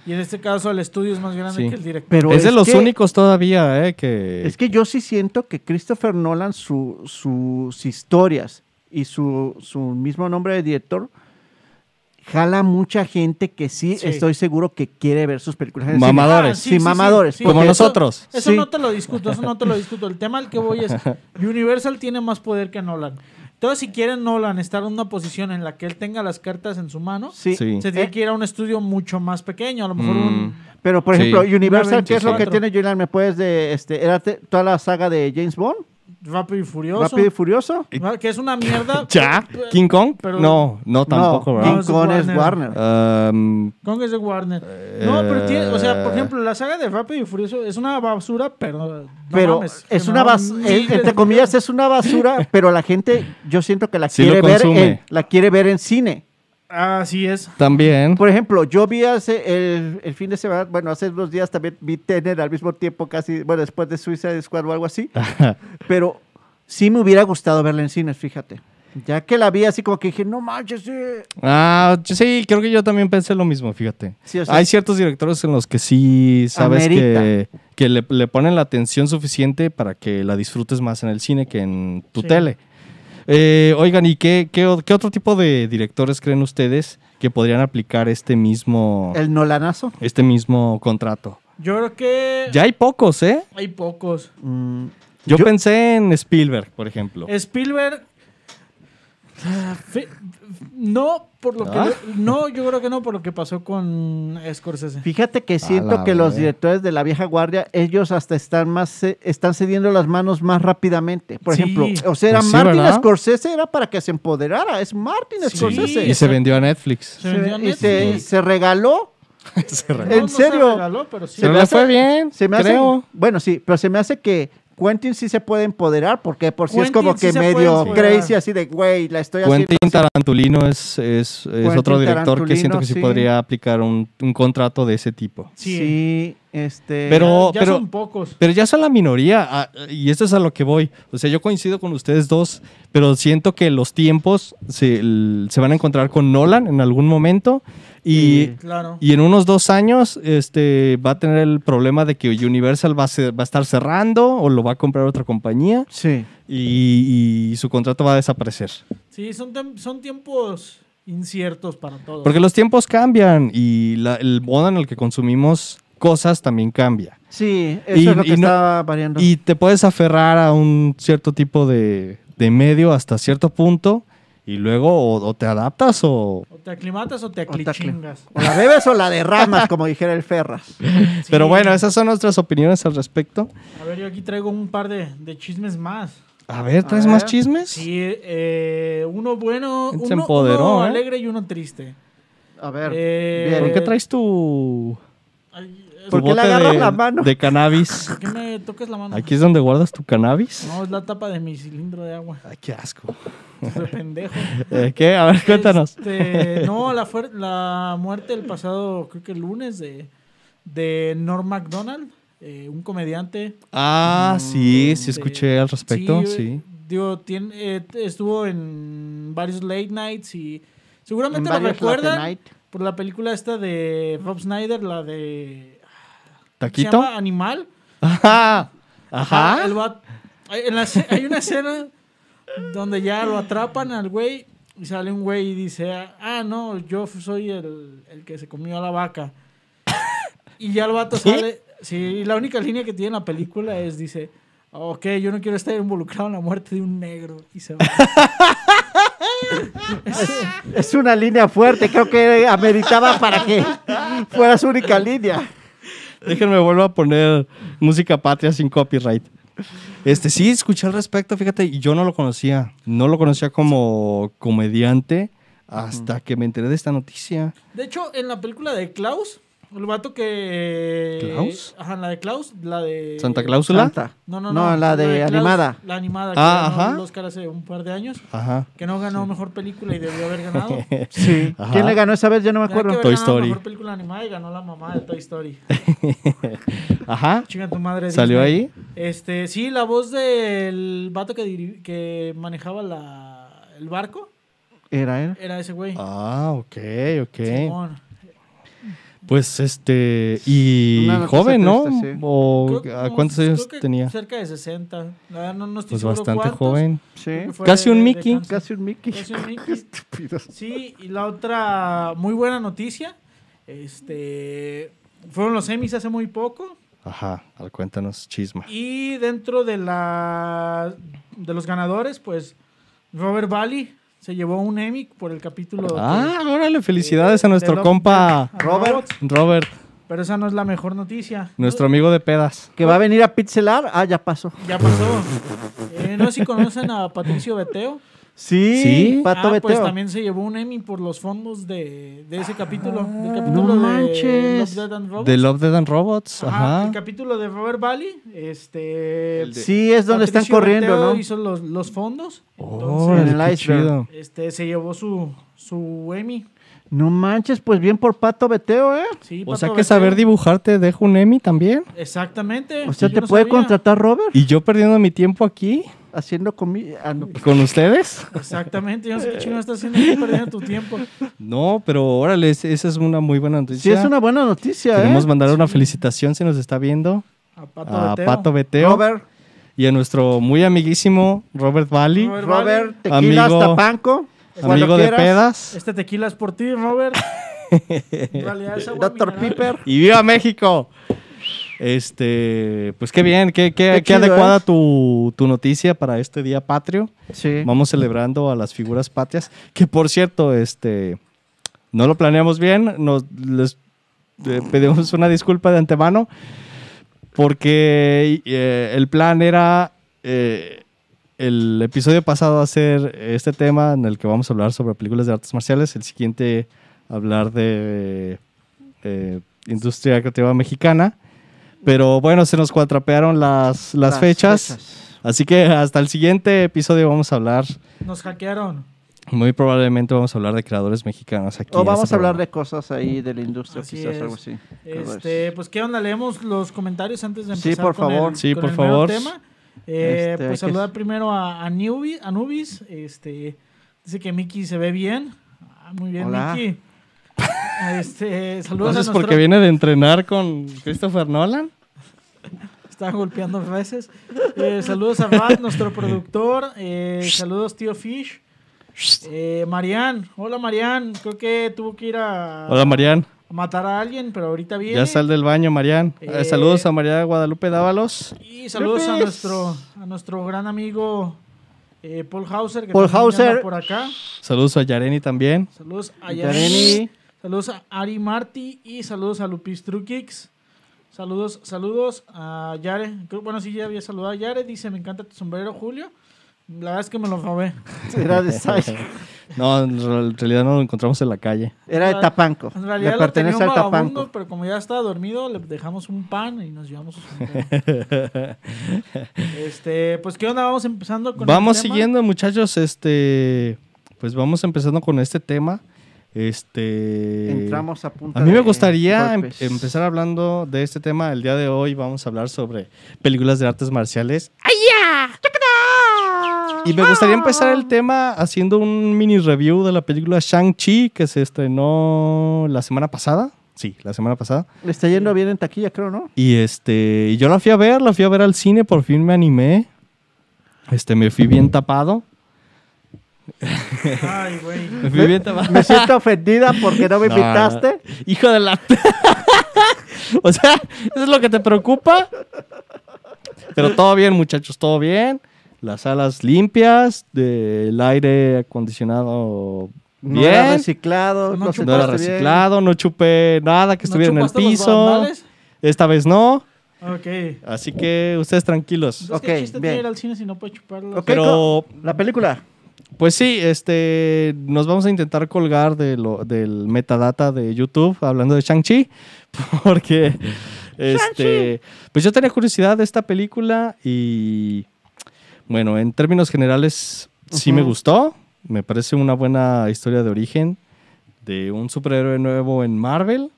Speaker 2: Y en este caso el estudio es más grande
Speaker 1: Sí.
Speaker 2: que el director.
Speaker 3: Pero
Speaker 1: es de los
Speaker 3: que-
Speaker 1: únicos todavía, ¿eh? Que...
Speaker 3: Es que yo sí siento que Christopher Nolan, su- sus historias y su, su mismo nombre de director, jala mucha gente que sí,
Speaker 2: Sí.
Speaker 3: estoy seguro que quiere ver sus películas. en el
Speaker 1: Mamá.
Speaker 3: cine.
Speaker 1: mamadores.
Speaker 3: Sí, mamadores,
Speaker 1: como
Speaker 2: eso-
Speaker 1: nosotros.
Speaker 2: Eso
Speaker 3: Sí.
Speaker 2: no te lo discuto, eso no te lo discuto. El tema al que voy es, Universal tiene más poder que Nolan. Entonces, si quiere Nolan estar en una posición en la que él tenga las cartas en su mano,
Speaker 3: Sí. Eh.
Speaker 1: Sí.
Speaker 2: se tiene que ir a un estudio mucho más pequeño, a lo mejor un...
Speaker 1: Mm,
Speaker 3: Pero, por
Speaker 1: Sí.
Speaker 3: ejemplo, Universal, ¿qué es lo que
Speaker 2: 24.
Speaker 3: tiene Julian? ¿Me puedes de, este, era te- toda la saga de James Bond?
Speaker 2: Rápido y Furioso.
Speaker 3: Rápido y Furioso.
Speaker 2: Ah, Que es una mierda.
Speaker 1: ¿Ya?
Speaker 2: Pero-
Speaker 1: ¿King Kong?
Speaker 2: pero-
Speaker 1: no, no tampoco,
Speaker 3: no,
Speaker 1: ¿verdad?
Speaker 3: King Kong es Warner.
Speaker 1: Um,
Speaker 2: Kong es de Warner. No, pero tiene, o sea, por
Speaker 1: Eh.
Speaker 2: ejemplo, la saga de Rápido y Furioso es una basura, pero no
Speaker 3: pero
Speaker 2: mames,
Speaker 3: es
Speaker 2: que
Speaker 3: una
Speaker 2: no,
Speaker 3: basura,
Speaker 2: miles
Speaker 3: entre
Speaker 2: de
Speaker 3: comillas es una basura, pero la gente, yo siento que la
Speaker 1: Sí
Speaker 3: quiere
Speaker 1: lo
Speaker 3: ver,
Speaker 1: consume.
Speaker 3: en, la quiere ver en cine.
Speaker 2: Así Ah, es.
Speaker 1: también.
Speaker 3: Por ejemplo, yo vi hace el, el fin de semana, bueno, hace dos días también vi Tener al mismo tiempo, casi, bueno, después de Suicide Squad o algo así, pero sí me hubiera gustado verla en cines, fíjate. Ya que la vi así como que dije, no manches, eh".
Speaker 1: Ah, yo- sí, creo que yo también pensé lo mismo, fíjate.
Speaker 3: Sí, o sea-
Speaker 1: Hay ciertos directores en los que sí sabes que,
Speaker 3: Amerita.
Speaker 1: que le, le ponen la atención suficiente para que la disfrutes más en el cine que en tu
Speaker 2: Sí.
Speaker 1: tele. Eh, oigan, ¿y qué, qué, o- qué otro tipo de directores creen ustedes que podrían aplicar este mismo,
Speaker 3: el Nolanazo.
Speaker 1: este mismo contrato?
Speaker 2: Yo creo que
Speaker 1: Ya hay pocos, ¿eh?
Speaker 2: hay pocos.
Speaker 3: Mm,
Speaker 1: Yo, pensé en Spielberg, por ejemplo.
Speaker 2: Spielberg. ah, fe- No, por lo que.
Speaker 1: ¿Ah?
Speaker 2: No, yo creo que no, por lo que pasó con Scorsese.
Speaker 3: Fíjate que siento
Speaker 1: la
Speaker 3: que los
Speaker 1: verga.
Speaker 3: directores de la vieja guardia, ellos hasta están más ce- están cediendo las manos más rápidamente. Por
Speaker 2: Sí.
Speaker 3: ejemplo, o sea, era
Speaker 1: Pues sí,
Speaker 3: Martin
Speaker 1: ¿verdad?
Speaker 3: Scorsese era para que se empoderara, es Martin
Speaker 2: Sí.
Speaker 3: Scorsese.
Speaker 1: y se vendió a Netflix.
Speaker 2: Se
Speaker 3: Se-
Speaker 2: vendió a
Speaker 3: y se-
Speaker 2: Netflix.
Speaker 3: se regaló
Speaker 1: Se re-
Speaker 2: No,
Speaker 3: ¿en
Speaker 2: no se
Speaker 3: serio?
Speaker 2: regaló, pero sí.
Speaker 3: Se
Speaker 1: Pero
Speaker 3: me
Speaker 1: le
Speaker 3: hace-
Speaker 1: fue bien,
Speaker 3: Se me
Speaker 1: creo.
Speaker 3: hace, bueno, sí, pero se me hace que Quentin sí se puede empoderar, porque por si es
Speaker 2: Quentin
Speaker 3: como
Speaker 2: sí
Speaker 3: que
Speaker 2: se puede
Speaker 3: medio
Speaker 2: empoderar.
Speaker 3: crazy, así de, güey, la estoy haciendo.
Speaker 1: Quentin Tarantulino es, es, es
Speaker 3: Quentin
Speaker 1: otro director que siento que sí,
Speaker 3: Tarantulino, sí.
Speaker 1: podría aplicar un, un contrato de ese tipo.
Speaker 2: Sí.
Speaker 3: Sí, este.
Speaker 1: Pero-
Speaker 2: ya
Speaker 1: pero-
Speaker 2: son pocos.
Speaker 1: Pero ya son la minoría, ah, y esto es a lo que voy. O sea, yo coincido con ustedes dos, pero siento que los tiempos se, el- se van a encontrar con Nolan en algún momento y,
Speaker 3: Sí.
Speaker 2: Claro.
Speaker 1: y en unos dos años este, va a tener el problema de que Universal va a, ser- va a estar cerrando o lo va a comprar otra compañía
Speaker 3: Sí.
Speaker 1: y, y su contrato va a desaparecer.
Speaker 2: Sí, son, tem- son tiempos inciertos para todos.
Speaker 1: Porque los tiempos cambian y la- el modo en el que consumimos cosas también cambia.
Speaker 3: Sí, eso
Speaker 1: Y-
Speaker 3: es lo
Speaker 1: y
Speaker 3: que
Speaker 1: no-
Speaker 3: estaba variando.
Speaker 1: Y te puedes aferrar a un cierto tipo de, de medio hasta cierto punto y luego o, o te adaptas o...
Speaker 2: O te aclimatas o te
Speaker 3: O te aclim-
Speaker 2: aclichingas.
Speaker 3: O la bebes o la derramas, como dijera el Ferras.
Speaker 2: Sí.
Speaker 1: Pero bueno, esas son nuestras opiniones al respecto.
Speaker 2: A ver, yo aquí traigo un par de, de chismes más.
Speaker 1: A ver, ¿traes
Speaker 3: A
Speaker 1: más
Speaker 3: ver.
Speaker 1: chismes?
Speaker 2: Sí, eh, uno bueno,
Speaker 1: Se
Speaker 2: uno,
Speaker 1: empoderó,
Speaker 2: uno
Speaker 1: ¿eh?
Speaker 2: alegre y uno triste.
Speaker 3: A ver.
Speaker 2: Eh,
Speaker 3: bien.
Speaker 1: ¿Por qué traes tu,
Speaker 2: Ay, eh,
Speaker 1: tu
Speaker 3: ¿Por qué le
Speaker 1: bote
Speaker 3: agarras
Speaker 1: de,
Speaker 3: la mano?
Speaker 1: de cannabis?
Speaker 2: ¿Por qué me tocas la mano?
Speaker 1: ¿Aquí es donde guardas tu cannabis?
Speaker 2: No, es la tapa de mi cilindro de agua.
Speaker 1: Ay, qué asco.
Speaker 2: Soy pendejo.
Speaker 1: Eh, ¿Qué? A ver, cuéntanos.
Speaker 2: Este, no, la, fuer- la muerte el pasado, creo que el lunes, de, de Norm MacDonald, eh, un comediante.
Speaker 1: Ah, sí,
Speaker 2: Este, eh,
Speaker 1: sí escuché al respecto, sí.
Speaker 2: Digo, tiene- eh, estuvo en varios late nights y
Speaker 3: en
Speaker 2: seguramente lo
Speaker 3: varios Latin
Speaker 2: recuerdan
Speaker 3: Night.
Speaker 2: por la película esta de Rob Snyder, la de... ¿Se
Speaker 1: ¿Taquito?
Speaker 2: llama Animal?
Speaker 1: Ajá.
Speaker 2: Ah,
Speaker 1: Ajá.
Speaker 2: el va- hay, en la escena- hay una escena donde ya lo atrapan al güey y sale un güey y dice, ah, no, yo f- soy el, el que se comió a la vaca. Y ya el vato sale, sí, y la única línea que tiene la película es, dice, ok, yo no quiero estar involucrado en la muerte de un negro. Y se va.
Speaker 3: Es una línea fuerte, creo que ameritaba para que fuera su única línea.
Speaker 1: Déjenme vuelvo a poner música patria sin copyright. Este, sí, escuché al respecto, fíjate, y yo no lo conocía. No lo conocía como comediante hasta que me enteré de esta noticia.
Speaker 2: De hecho, en la película de Klaus, El vato que.
Speaker 1: ¿Klaus?
Speaker 2: Ajá, la de Klaus, la de.
Speaker 1: ¿Santa Cláusula?
Speaker 3: Santa.
Speaker 2: No, no,
Speaker 3: No,
Speaker 2: no.
Speaker 3: la de
Speaker 2: Klaus,
Speaker 3: animada.
Speaker 2: La animada.
Speaker 1: Ah,
Speaker 2: que ganó
Speaker 1: ajá.
Speaker 2: el Oscar hace un par de años.
Speaker 1: Ajá.
Speaker 2: Que no ganó mejor película y debió haber ganado.
Speaker 3: Sí.
Speaker 1: Ajá.
Speaker 3: ¿Quién le ganó esa vez? Ya no me
Speaker 2: Tenía que
Speaker 3: acuerdo.
Speaker 2: haber
Speaker 1: Toy
Speaker 2: ganado
Speaker 1: Story.
Speaker 2: mejor película animada y ganó la mamá de Toy Story.
Speaker 1: Ajá.
Speaker 2: Chinga tu madre.
Speaker 1: ¿Salió
Speaker 2: Disney.
Speaker 1: ahí?
Speaker 2: Este, sí, la voz del vato que, diri- que manejaba la, el barco
Speaker 3: Era él.
Speaker 2: era ese güey.
Speaker 1: Ah, ok, ok.
Speaker 2: Simón.
Speaker 1: Pues este. Y
Speaker 3: Una noticia
Speaker 1: joven, ¿no?
Speaker 3: triste, sí.
Speaker 1: ¿O
Speaker 2: Creo-
Speaker 1: a
Speaker 2: no,
Speaker 1: cuántos
Speaker 2: creo
Speaker 1: años
Speaker 2: que
Speaker 1: tenía?
Speaker 2: Cerca de 60. La verdad, no, no estoy
Speaker 1: Pues
Speaker 2: seguro
Speaker 1: bastante
Speaker 2: cuántos.
Speaker 1: joven.
Speaker 3: Sí.
Speaker 2: Fue
Speaker 1: Casi
Speaker 2: de-
Speaker 1: un
Speaker 2: de
Speaker 1: Mickey.
Speaker 2: cáncer.
Speaker 3: Casi un Mickey.
Speaker 2: Casi un Mickey.
Speaker 3: Qué estúpidos.
Speaker 2: Sí, y la otra muy buena noticia, este, fueron los Emmys hace muy poco
Speaker 1: Ajá. al cuéntanos, chisma.
Speaker 2: y dentro de la de los ganadores, pues Robert Valley se llevó un Emmy por el capítulo que-
Speaker 1: Ah, órale, felicidades a
Speaker 2: de
Speaker 1: nuestro
Speaker 2: Love-
Speaker 1: compa
Speaker 2: a
Speaker 3: Robert.
Speaker 2: Robots,
Speaker 1: Robert,
Speaker 2: pero esa no es la mejor noticia.
Speaker 1: nuestro amigo de pedas.
Speaker 3: Que va a venir a pixelar. Ah, ya pasó.
Speaker 2: Ya pasó. Eh, no sé si conocen a Patricio Beteo.
Speaker 3: Sí.
Speaker 1: Sí.
Speaker 3: Pato
Speaker 2: ah, pues
Speaker 3: Beteo.
Speaker 2: también se llevó un Emmy por los fondos de, de ese capítulo.
Speaker 1: Ah,
Speaker 2: del
Speaker 3: no
Speaker 2: capítulo de
Speaker 3: manches.
Speaker 2: Love, Death and Robots.
Speaker 1: De Love, Dead and Robots.
Speaker 2: Ajá,
Speaker 1: Ajá.
Speaker 2: El capítulo de Robert Valley, este...
Speaker 1: El de-
Speaker 3: Sí, es donde están
Speaker 2: Patricio
Speaker 3: corriendo,
Speaker 2: Mateo
Speaker 3: ¿no?
Speaker 2: hizo los, los fondos.
Speaker 1: Oh. Órale,
Speaker 3: En el
Speaker 1: qué
Speaker 3: iceberg.
Speaker 1: chido.
Speaker 2: Este, se llevó su, su Emmy.
Speaker 3: No manches, pues bien por Pato Beteo, ¿eh?
Speaker 2: Sí,
Speaker 1: O
Speaker 2: Pato
Speaker 1: sea que
Speaker 2: Becerra.
Speaker 1: saber dibujar te deja un Emmy también.
Speaker 2: Exactamente.
Speaker 3: O sea,
Speaker 2: yo
Speaker 3: ¿te
Speaker 2: no
Speaker 3: puede
Speaker 2: sabía.
Speaker 3: contratar Robert
Speaker 1: Y yo perdiendo mi tiempo aquí
Speaker 3: haciendo comida? Ah, no.
Speaker 1: con ustedes.
Speaker 2: Exactamente, yo no sé qué chino estás haciendo aquí perdiendo tu tiempo.
Speaker 1: No, pero órale, es- esa es una muy buena noticia.
Speaker 3: Sí, es una buena noticia,
Speaker 1: Queremos
Speaker 3: ¿eh?
Speaker 1: mandar una felicitación si nos está viendo
Speaker 2: A Pato
Speaker 1: a
Speaker 2: Beteo.
Speaker 1: Ah, Pato Beteo
Speaker 3: Robert,
Speaker 1: y a nuestro muy amiguísimo Robert Valley,
Speaker 2: Robert
Speaker 3: Robert,
Speaker 1: Vale.
Speaker 3: tequila
Speaker 1: Amigo-
Speaker 3: hasta Panco. cuando
Speaker 1: amigo de
Speaker 3: quieras.
Speaker 1: pedas.
Speaker 2: Este tequila es por ti, Robert. En realidad es agua
Speaker 3: Dr.
Speaker 2: mineral.
Speaker 3: Piper.
Speaker 1: ¡Y viva México! Este, pues qué bien, qué, qué,
Speaker 3: Qué
Speaker 1: qué
Speaker 3: chido,
Speaker 1: adecuada
Speaker 3: ¿eh?
Speaker 1: tu, tu noticia para este día patrio.
Speaker 3: Sí.
Speaker 1: Vamos celebrando a las figuras patrias. Que por cierto, este no lo planeamos bien. Nos les eh, pedimos una disculpa de antemano. Porque eh, el plan era eh, el episodio pasado hacer este tema en el que vamos a hablar sobre películas de artes marciales. El siguiente hablar de eh, industria creativa mexicana. Pero bueno, se nos cuatrapearon las, las, fechas. Así que hasta el siguiente episodio vamos a hablar,
Speaker 2: Nos hackearon.
Speaker 1: muy probablemente vamos a hablar de creadores mexicanos aquí.
Speaker 3: O
Speaker 1: en
Speaker 3: vamos
Speaker 1: este
Speaker 3: a hablar
Speaker 1: programa.
Speaker 3: de cosas ahí de la industria,
Speaker 2: Así
Speaker 3: quizás
Speaker 2: es.
Speaker 3: algo así. Algo así.
Speaker 2: Este, pues qué onda, leemos los comentarios antes de
Speaker 3: Sí,
Speaker 2: empezar.
Speaker 3: por
Speaker 2: con el-
Speaker 3: favor.
Speaker 1: Sí,
Speaker 2: con
Speaker 1: por
Speaker 2: el mero
Speaker 1: favor.
Speaker 2: tema. Eh,
Speaker 3: Este,
Speaker 2: pues
Speaker 3: hay que-
Speaker 2: saludar primero a, a Newbie- a Nubis. Este, dice que Mickey se ve bien. Ah, muy bien,
Speaker 3: Hola.
Speaker 2: Mickey. Este, saludos
Speaker 1: Entonces,
Speaker 2: a
Speaker 1: porque
Speaker 2: nuestro...
Speaker 1: viene de entrenar con Christopher Nolan.
Speaker 2: Está golpeando veces. Eh, saludos a Rat, nuestro productor. Eh, saludos, tío Fish. Eh, Marian, hola Marian. Creo que tuvo que ir a,
Speaker 1: Hola, Marian.
Speaker 2: a matar a alguien, pero ahorita viene.
Speaker 1: Ya sal del baño, Marian. Eh,
Speaker 2: Eh,
Speaker 1: saludos a María Guadalupe Dávalos.
Speaker 2: Y saludos a
Speaker 1: Lupis.
Speaker 2: nuestro, a nuestro gran amigo eh, Paul Hauser, que
Speaker 3: Paul
Speaker 2: también
Speaker 3: Hauser.
Speaker 2: anda por acá.
Speaker 1: Saludos a Yareni también.
Speaker 2: Saludos a Yareni.
Speaker 3: Yareni,
Speaker 2: Saludos a Ari Marti y saludos a Lupis Trukix. Saludos, saludos a Yare. Creo- Bueno, sí, ya había saludado a Yare. Dice, me encanta tu sombrero, Julio. La verdad es que me lo robé.
Speaker 3: era de Sai-
Speaker 1: No, en re- en realidad no lo encontramos en la calle.
Speaker 3: era de Tapanco.
Speaker 2: En
Speaker 3: Le
Speaker 2: realidad lo tenía
Speaker 3: pertenece
Speaker 2: un
Speaker 3: al
Speaker 2: vagabundo,
Speaker 3: Tapanco.
Speaker 2: pero como ya estaba dormido, le dejamos un pan y nos llevamos su sombrero. este, pues, ¿qué onda? Vamos empezando con el
Speaker 1: Vamos
Speaker 2: tema.
Speaker 1: siguiendo, muchachos. Este, pues vamos empezando con este tema. Este,
Speaker 3: Entramos a punta
Speaker 1: A mí me
Speaker 3: de
Speaker 1: gustaría em-
Speaker 3: golpes.
Speaker 1: empezar hablando de este tema. El día de hoy vamos a hablar sobre películas de artes marciales. Y me gustaría empezar el tema haciendo un mini review de la película Shang-Chi que se estrenó la semana pasada. Sí, la semana pasada.
Speaker 3: Le está yendo bien en taquilla, creo, ¿no?
Speaker 1: Y este, y yo la fui a ver, la fui a ver al cine, por fin me animé. Este, me fui bien tapado.
Speaker 2: Ay, güey.
Speaker 1: Me fui bien tapado.
Speaker 3: Me siento ofendida porque no me
Speaker 1: No,
Speaker 3: invitaste.
Speaker 1: no. Hijo de la. o sea, ¿eso es lo que te preocupa? Pero todo bien, muchachos, todo bien. Las salas limpias, de- el aire acondicionado
Speaker 3: No era
Speaker 1: bien.
Speaker 3: reciclado.
Speaker 2: No
Speaker 3: lo
Speaker 2: chupaste
Speaker 1: No era
Speaker 3: sentaste bien.
Speaker 1: reciclado, no chupé nada que
Speaker 2: ¿No
Speaker 1: estuviera en el
Speaker 2: chupaste los
Speaker 1: piso.
Speaker 2: barandales?
Speaker 1: Esta vez no.
Speaker 2: Ok.
Speaker 1: Así que ustedes tranquilos.
Speaker 2: Entonces, ¿qué
Speaker 3: Ok,
Speaker 2: chiste
Speaker 3: bien.
Speaker 2: tiene ir al cine si no puede chuparlo?
Speaker 3: Ok,
Speaker 1: Pero-
Speaker 3: co- la película.
Speaker 1: Pues sí, este, nos vamos a intentar colgar de lo, del metadata de YouTube hablando de Shang-Chi, porque este, pues yo tenía curiosidad de esta película y bueno, en términos generales sí me
Speaker 3: Ujú.
Speaker 1: gustó, me parece una buena historia de origen de un superhéroe nuevo en Marvel.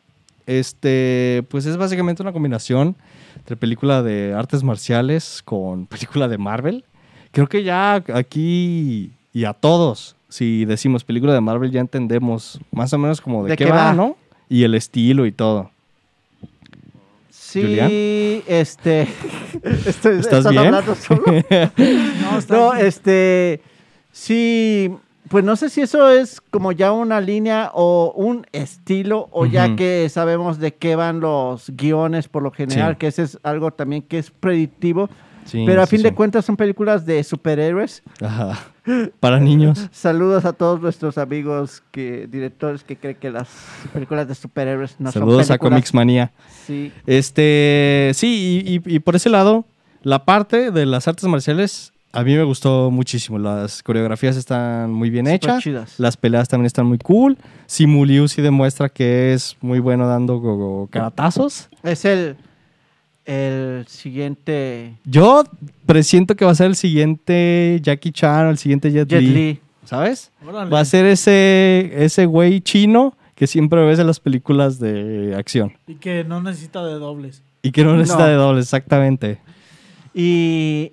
Speaker 1: Este, pues es básicamente una combinación entre película de artes marciales con película de Marvel. Creo que ya aquí y a todos, si decimos película de Marvel, ya entendemos más o menos como de, qué, va, ¿no? Y el estilo y todo.
Speaker 3: Sí,
Speaker 1: Julián.
Speaker 3: este. estoy-
Speaker 1: ¿Estás
Speaker 3: están
Speaker 1: bien?
Speaker 3: hablando solo.
Speaker 2: No, está
Speaker 3: No,
Speaker 2: bien.
Speaker 3: este. Sí, pues no sé si eso es como ya una línea o un estilo, o ya
Speaker 1: Ujú.
Speaker 3: que sabemos de qué van los guiones por lo general,
Speaker 1: Sí.
Speaker 3: que ese es algo también que es predictivo.
Speaker 1: Sí,
Speaker 3: pero a
Speaker 1: sí,
Speaker 3: fin de
Speaker 1: sí.
Speaker 3: cuentas son películas de superhéroes.
Speaker 1: Ajá. Para niños.
Speaker 3: Saludos a todos nuestros amigos que directores que creen que las películas de superhéroes no
Speaker 1: Saludos
Speaker 3: son
Speaker 1: a
Speaker 3: películas.
Speaker 1: Comics Manía.
Speaker 3: Sí.
Speaker 1: Este, sí, y, y- y por ese lado, la parte de las artes marciales a mí me gustó muchísimo. Las coreografías están muy bien
Speaker 3: Súper
Speaker 1: hechas.
Speaker 3: chidas.
Speaker 1: Las peleas también están muy cool. Simu Liu sí demuestra que es muy bueno dando go- go- caratazos.
Speaker 3: Es el, el siguiente
Speaker 1: Yo presiento que va a ser el siguiente Jackie Chan o el siguiente Jet,
Speaker 3: Jet
Speaker 1: Li,
Speaker 3: Li.
Speaker 1: ¿Sabes?
Speaker 2: Órale.
Speaker 1: Va a ser ese, ese güey chino que siempre ves en las películas de acción.
Speaker 2: Y que no necesita de dobles.
Speaker 1: Y que no necesita
Speaker 3: No.
Speaker 1: de doble, exactamente.
Speaker 3: Y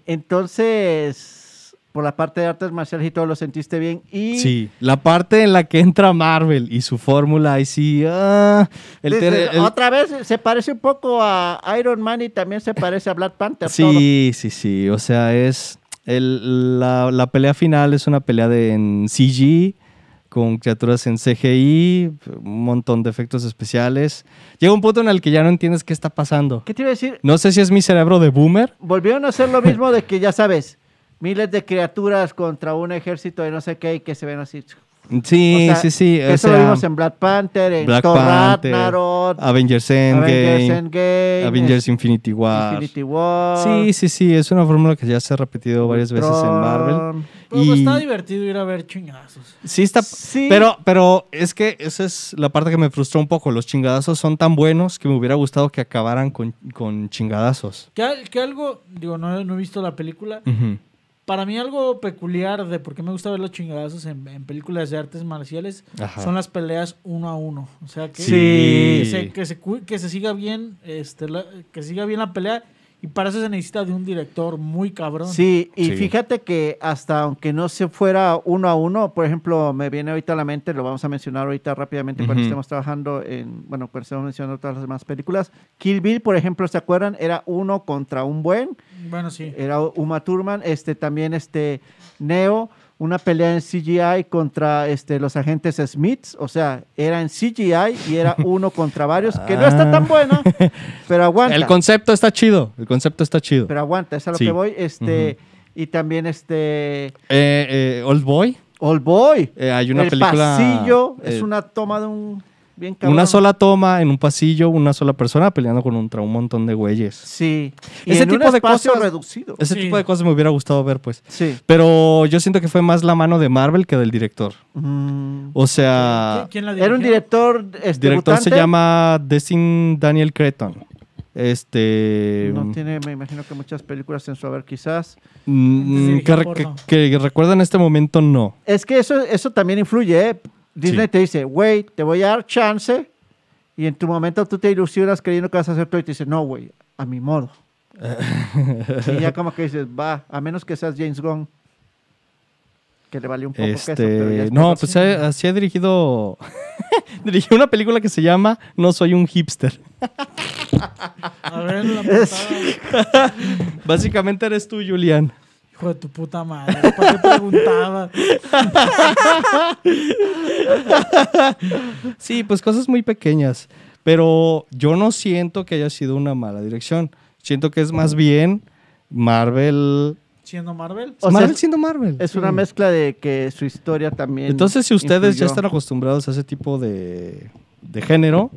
Speaker 3: entonces, por la parte de artes marciales y todo, lo sentiste bien. Y
Speaker 1: Sí, la parte en la que entra Marvel y su fórmula, ahí sí. ah, el
Speaker 3: dices,
Speaker 1: ter- el-
Speaker 3: otra vez se parece un poco a Iron Man y también se parece a Black Panther. todo.
Speaker 1: sí, sí, sí. O sea, es. el- la, la pelea final es una pelea de, en CG, con criaturas en CGI, un montón de efectos especiales. Llega un punto en el que ya no entiendes qué está pasando.
Speaker 3: ¿Qué te iba a decir?
Speaker 1: No sé si es mi cerebro de boomer.
Speaker 3: Volvieron a hacer lo mismo de que ya sabes, miles de criaturas contra un ejército de no sé qué y que se ven así.
Speaker 1: Sí,
Speaker 3: O sea,
Speaker 1: sí, sí. o
Speaker 3: Eso
Speaker 1: sea,
Speaker 3: lo vimos en Black Panther, en
Speaker 1: Black
Speaker 3: Thor
Speaker 1: Panther,
Speaker 3: Ragnarok,
Speaker 1: Avengers
Speaker 3: Avengers
Speaker 1: Endgame, Avengers,
Speaker 3: Endgame, este,
Speaker 1: Infinity War.
Speaker 3: Infinity War.
Speaker 1: Sí, sí, sí, es una fórmula que ya se ha repetido varias veces en Marvel.
Speaker 3: Ultron. Pues,
Speaker 2: Pero
Speaker 1: Y-
Speaker 2: está divertido ir a ver chingazos.
Speaker 1: Sí está,
Speaker 3: Sí.
Speaker 1: pero pero es que esa es la parte que me frustró un poco. Los chingadazos son tan buenos que me hubiera gustado que acabaran con, con chingadazos.
Speaker 2: Que, al- que algo, digo, no, he- no he visto la película.
Speaker 1: Ujú.
Speaker 2: Para mí algo peculiar de por qué me gusta ver los chingadazos en, en películas de artes marciales
Speaker 1: Ajá.
Speaker 2: son las peleas uno a uno. O sea, que,
Speaker 1: Sí.
Speaker 2: que, se, que se cu- que se siga bien este, la- que siga bien la pelea. Y para eso se necesita de un director muy cabrón.
Speaker 3: Sí, y
Speaker 1: Sí.
Speaker 3: fíjate que hasta aunque no se fuera uno a uno, por ejemplo, me viene ahorita a la mente, lo vamos a mencionar ahorita rápidamente cuando
Speaker 1: Ujú.
Speaker 3: estemos trabajando en, bueno, cuando estemos mencionando todas las demás películas. Kill Bill, por ejemplo, ¿se acuerdan? Era uno contra un buen,
Speaker 2: Bueno, sí.
Speaker 3: era Uma Thurman, este también este Neo, una pelea en CGI contra este los agentes Smiths, o sea, era en CGI y era uno contra varios, que no está tan buena, pero aguanta.
Speaker 1: Ah. El concepto está chido, el concepto está chido.
Speaker 3: Pero aguanta, es a lo
Speaker 1: Sí.
Speaker 3: que voy. Este, Y también este
Speaker 1: Eh, eh, Old Boy,
Speaker 3: Old Boy.
Speaker 1: eh, hay una
Speaker 3: el
Speaker 1: película.
Speaker 3: pasillo es
Speaker 1: eh,
Speaker 3: una toma de un bien cabrón.
Speaker 1: una sola toma en un pasillo, una sola persona peleando contra un montón de güeyes.
Speaker 3: Sí. Y
Speaker 1: Ese
Speaker 3: en
Speaker 1: tipo
Speaker 3: un
Speaker 1: de
Speaker 3: espacio
Speaker 1: cosas-
Speaker 3: reducido.
Speaker 1: Ese
Speaker 2: Sí.
Speaker 1: tipo de cosas me hubiera gustado ver, pues.
Speaker 3: Sí.
Speaker 1: Pero yo siento que fue más la mano de Marvel que del director.
Speaker 3: Mm.
Speaker 1: O sea,
Speaker 2: ¿Qui- ¿Quién la
Speaker 3: Era un
Speaker 2: dirigió?
Speaker 3: director este,
Speaker 1: director se
Speaker 3: mutante.
Speaker 1: llama Destin Daniel Cretton. Este.
Speaker 3: No tiene, me imagino que muchas películas en su haber quizás.
Speaker 1: mm,
Speaker 2: Antes
Speaker 1: que,
Speaker 2: dirigía
Speaker 1: re-
Speaker 2: porno.
Speaker 1: que- que recuerda en este momento, no.
Speaker 3: Es que eso, eso también influye, ¿eh? Disney
Speaker 1: Sí.
Speaker 3: te dice, güey, te voy a dar chance. Y en tu momento tú te ilusionas creyendo que vas a hacer todo y te dice, no, güey, a mi modo. y ya como que dices, va, a menos que seas James Gunn. Que le valió un poco
Speaker 1: Este,
Speaker 3: queso, pero ya es
Speaker 1: no,
Speaker 3: otro-
Speaker 1: pues ha- así ha dirigido. dirigió una película que se llama No soy un hipster.
Speaker 2: A ver, la portada.
Speaker 1: Básicamente eres tú, Julián.
Speaker 2: Hijo de tu puta madre, ¿para qué preguntaba?
Speaker 1: Sí, pues cosas muy pequeñas. Pero yo no siento que haya sido una mala dirección. Siento que es más bien Marvel.
Speaker 2: Siendo Marvel.
Speaker 3: O sea,
Speaker 1: Marvel
Speaker 3: es-
Speaker 1: siendo Marvel.
Speaker 3: Es
Speaker 1: sí.
Speaker 3: una mezcla de que su historia también.
Speaker 1: Entonces, si ustedes
Speaker 3: influyó.
Speaker 1: ya están acostumbrados a ese tipo de, de género,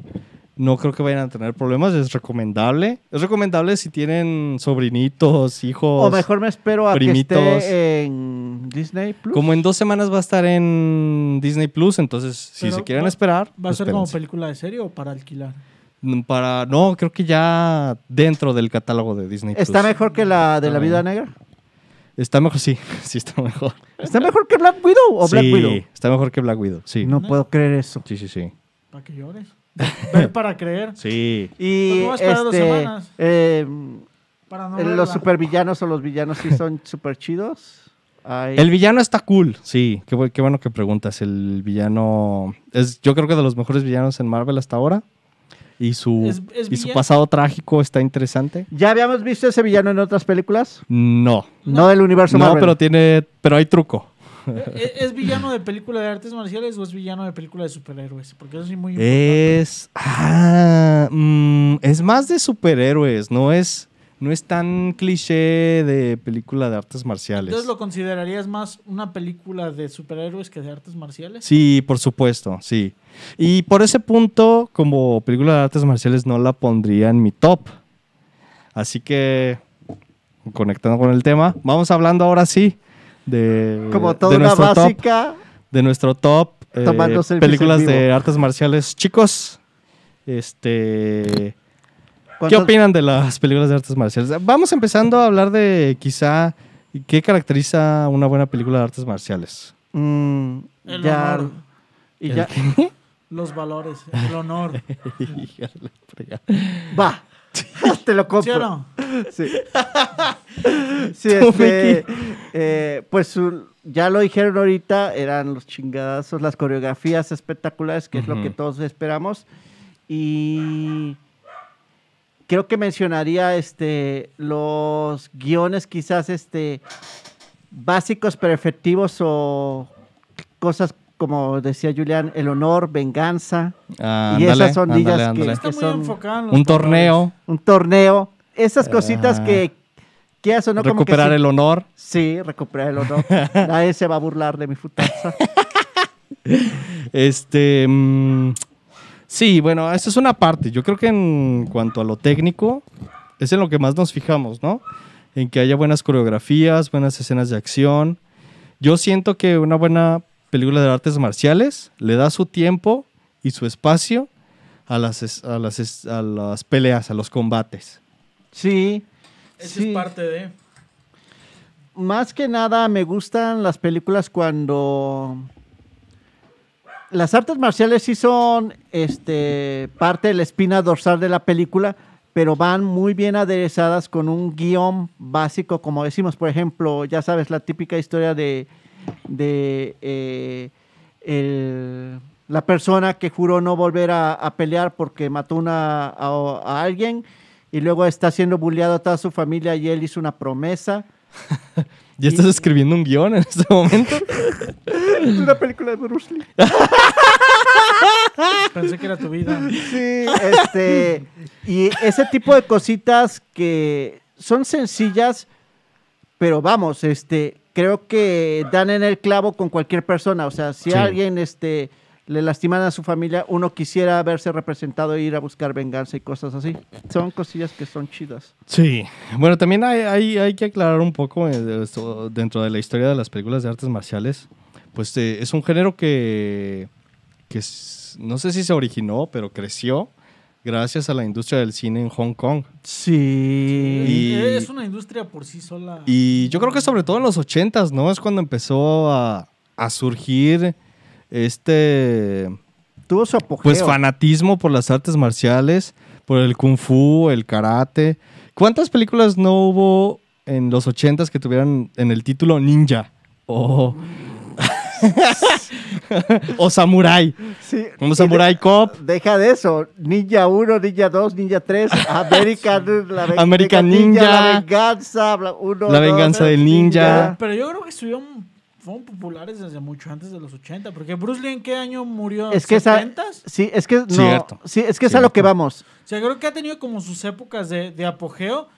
Speaker 1: No creo que vayan a tener problemas, es recomendable. Es recomendable si tienen sobrinitos, hijos.
Speaker 3: O mejor me espero a que
Speaker 1: primitos.
Speaker 3: esté en Disney Plus.
Speaker 1: Como en dos semanas va a estar en Disney Plus, entonces si
Speaker 2: Pero
Speaker 1: se quieren
Speaker 2: va-
Speaker 1: esperar.
Speaker 2: ¿Va a ser como
Speaker 1: espérense.
Speaker 2: película de serie o para alquilar?
Speaker 1: Mm, Para, no, creo que ya dentro del catálogo de Disney
Speaker 3: ¿Está
Speaker 1: Plus.
Speaker 3: mejor que la de la
Speaker 1: Ah.
Speaker 3: vida negra?
Speaker 1: Está mejor, sí, sí está mejor.
Speaker 3: ¿Está mejor que Black Widow o Black
Speaker 1: sí,
Speaker 3: Widow?
Speaker 1: está mejor que Black Widow, sí.
Speaker 3: No puedo creer eso.
Speaker 2: Pues
Speaker 1: Sí, sí, sí.
Speaker 2: Para que llores. Ver para creer.
Speaker 1: Sí.
Speaker 3: Y
Speaker 2: Pues no vas para dos
Speaker 3: este,
Speaker 2: semanas.
Speaker 3: eh,
Speaker 2: Para no verla.
Speaker 3: los supervillanos o los villanos sí son super chidos. Ay,
Speaker 1: El villano está cool, sí. Qué, bu- qué bueno que preguntas. El villano es, yo creo que de los mejores villanos en Marvel hasta ahora. Y su,
Speaker 2: Es- es
Speaker 1: y su
Speaker 2: villano.
Speaker 1: pasado trágico está interesante.
Speaker 3: ¿Ya habíamos visto ese villano en otras películas?
Speaker 1: No.
Speaker 3: No, del universo
Speaker 1: No,
Speaker 3: Marvel.
Speaker 1: pero tiene, pero hay truco.
Speaker 2: ¿Es, ¿E-, es villano de película de artes marciales o es villano de película de superhéroes? Porque eso sí muy
Speaker 3: Eh,
Speaker 2: importante.
Speaker 1: Es. Ah, mm, es más de superhéroes. No es, no es tan cliché de película de artes marciales.
Speaker 2: Entonces lo considerarías más una película de superhéroes que de artes marciales.
Speaker 1: Sí, por supuesto, sí. Y por ese punto, como película de artes marciales, no la pondría en mi top. Así que, conectando con el tema, vamos hablando ahora sí de,
Speaker 3: Como
Speaker 1: de
Speaker 3: toda una
Speaker 1: nuestro top,
Speaker 3: básica.
Speaker 1: de nuestro top eh,
Speaker 3: Tomando selfies en
Speaker 1: películas
Speaker 3: vivo.
Speaker 1: de artes marciales. Chicos, este, ¿qué
Speaker 3: ¿Cuántos-
Speaker 1: opinan de las películas de artes marciales? Vamos empezando a hablar de quizá qué caracteriza una buena película de artes marciales.
Speaker 3: Mm,
Speaker 2: El
Speaker 3: ya,
Speaker 2: honor,
Speaker 3: y ya.
Speaker 2: los valores, el honor.
Speaker 1: Híjole, fregada.
Speaker 3: Va. Te lo compro.
Speaker 2: ¿Sí o no?
Speaker 3: Sí. Sí, este, eh, pues su- ya lo dijeron ahorita, eran los chingadazos, las coreografías espectaculares, que es lo
Speaker 1: Ujú.
Speaker 3: que todos esperamos. Y creo que mencionaría este, los guiones quizás este, básicos pero efectivos o cosas como decía Julián, el honor, venganza,
Speaker 1: Ah,
Speaker 3: Y esas
Speaker 1: ándale,
Speaker 3: son
Speaker 1: ándale,
Speaker 3: ligas que-
Speaker 1: ándale.
Speaker 2: Está
Speaker 3: que
Speaker 2: muy
Speaker 3: son
Speaker 2: enfocado en los
Speaker 1: Un torneo,
Speaker 3: un torneo, esas cositas
Speaker 1: Ajá.
Speaker 3: que... que eso no como que
Speaker 1: recuperar
Speaker 3: sí-
Speaker 1: el honor.
Speaker 3: Sí, recuperar el honor. Nadie se va a burlar de mi futaza.
Speaker 1: Este. mm, sí, bueno, eso es una parte. Yo creo que en cuanto a lo técnico, es en lo que más nos fijamos, ¿no? En que haya buenas coreografías, buenas escenas de acción. Yo siento que una buena película de artes marciales le da su tiempo y su espacio a las, es- a las, es- a las peleas, a los combates.
Speaker 3: Sí.
Speaker 2: Esa
Speaker 3: sí.
Speaker 2: es parte de.
Speaker 3: Más que nada me gustan las películas cuando las artes marciales sí son este parte de la espina dorsal de la película, pero van muy bien aderezadas con un guión básico, como decimos, por ejemplo, ya sabes, la típica historia de, de, eh, el- la persona que juró no volver a, a pelear porque mató una, a, a alguien y luego está siendo bulleado a toda su familia y él hizo una promesa.
Speaker 1: ¿Ya estás
Speaker 3: Y-
Speaker 1: escribiendo un guión en este momento?
Speaker 3: Es una película de Bruce Lee.
Speaker 2: Pensé que era tu vida.
Speaker 3: Sí, este. Y ese tipo de cositas que son sencillas, pero vamos, este, creo que dan en el clavo con cualquier persona. O sea, si
Speaker 1: Sí.
Speaker 3: a alguien este, le lastiman a su familia, uno quisiera verse representado e ir a buscar venganza y cosas así. Son cosillas que son chidas.
Speaker 1: Sí, bueno, también hay, hay- hay que aclarar un poco eh, de esto- dentro de la historia de las películas de artes marciales, pues eh, es un género que, que s- no sé si se originó, pero creció gracias a la industria del cine en Hong Kong.
Speaker 3: Sí.
Speaker 1: Y-
Speaker 2: Eh, Es una industria por sí sola.
Speaker 1: Y yo creo que sobre todo en los 80s, ¿no? Es cuando empezó a, a surgir este
Speaker 3: Tuvo su apogeo.
Speaker 1: pues fanatismo por las artes marciales, por el kung fu, el karate. ¿Cuántas películas no hubo en los 80s que tuvieran en el título ninja o o samurai?
Speaker 3: Sí. Y
Speaker 1: Como
Speaker 3: de-
Speaker 1: Samurai Cop,
Speaker 3: Deja de eso. Ninja 1, Ninja 2, Ninja 3, American, la ve-
Speaker 1: American Ninja.
Speaker 3: La venganza, bla- uno,
Speaker 1: La
Speaker 3: dos,
Speaker 1: venganza del ninja.
Speaker 2: Pero yo creo que estuvieron, fueron populares desde mucho antes de los 80. Porque Bruce Lee, ¿en qué año murió?
Speaker 3: Es que esa-
Speaker 2: ¿70s?
Speaker 3: Sí, es que no.
Speaker 1: Cierto.
Speaker 3: Sí, es que es a lo que
Speaker 1: Cierto.
Speaker 3: vamos.
Speaker 2: O sea, creo que ha tenido como sus épocas de, de apogeo.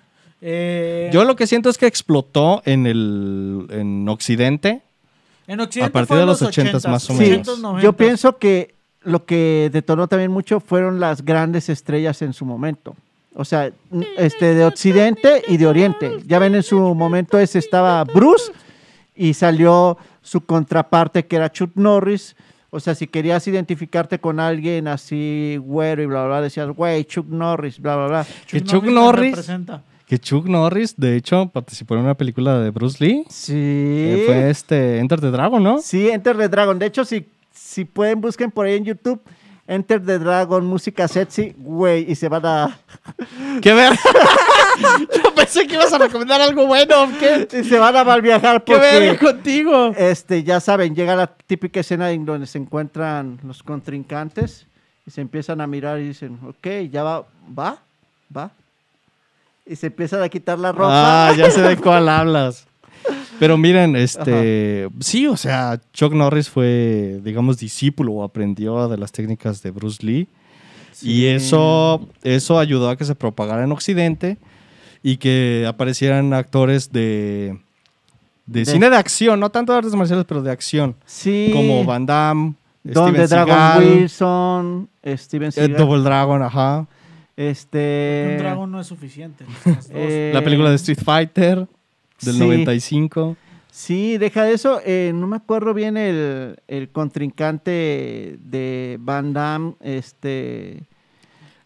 Speaker 2: Eh,
Speaker 1: Yo lo que siento es que explotó en el en occidente.
Speaker 2: en Occidente
Speaker 1: a partir
Speaker 2: fue
Speaker 1: de
Speaker 2: en
Speaker 1: los 80s más o
Speaker 3: Sí,
Speaker 2: 80s,
Speaker 1: menos.
Speaker 2: 90s.
Speaker 3: yo pienso que lo que detonó también mucho fueron las grandes estrellas en su momento. O sea, n- este de Occidente y de Oriente. Ya ven, en su momento ese estaba Bruce y salió su contraparte que era Chuck Norris. O sea, si querías identificarte con alguien así, güero y bla, bla, bla, decías, güey, Chuck Norris, bla, bla, bla.
Speaker 1: Que Chuck Norris-
Speaker 2: representa.
Speaker 1: Que Chuck Norris, de hecho, participó en una película de Bruce Lee.
Speaker 3: Sí.
Speaker 1: que fue este Enter the Dragon, ¿no?
Speaker 3: Sí, Enter the Dragon. De hecho, si, si pueden, busquen por ahí en YouTube Enter the Dragon, música sexy, güey, y se van a,
Speaker 1: ¡Qué ver! Yo pensé que ibas a recomendar algo bueno. ¿Qué,
Speaker 3: y se van a mal viajar
Speaker 1: qué ver
Speaker 3: porque,
Speaker 1: contigo?
Speaker 3: este, ya saben, llega la típica escena en donde se encuentran los contrincantes y se empiezan a mirar y dicen, ok, ya va, va, va. Y se empiezan a quitar la ropa.
Speaker 1: Ah, ya sé de cuál hablas. Pero miren, este, sí, o sea, Chuck Norris fue, digamos, discípulo o aprendió de las técnicas de Bruce Lee. Y eso, eso ayudó a que se propagara en Occidente y que aparecieran actores de, de,
Speaker 3: De-
Speaker 1: cine de acción, no tanto de artes marciales, pero de acción.
Speaker 3: sí.
Speaker 1: Como Van Damme,
Speaker 3: Don the
Speaker 1: Steven
Speaker 3: Dragon
Speaker 1: Seagal,
Speaker 3: Wilson, Steven
Speaker 1: eh,
Speaker 3: Seagal,
Speaker 1: Double Dragon, ajá. eh,
Speaker 3: este...
Speaker 2: Un dragón no es suficiente. necesitas dos.
Speaker 3: eh,
Speaker 1: La película de Street Fighter del
Speaker 3: sí.
Speaker 1: 95.
Speaker 3: Sí, deja de eso. eh, no me acuerdo bien el, el contrincante de Van Damme, este...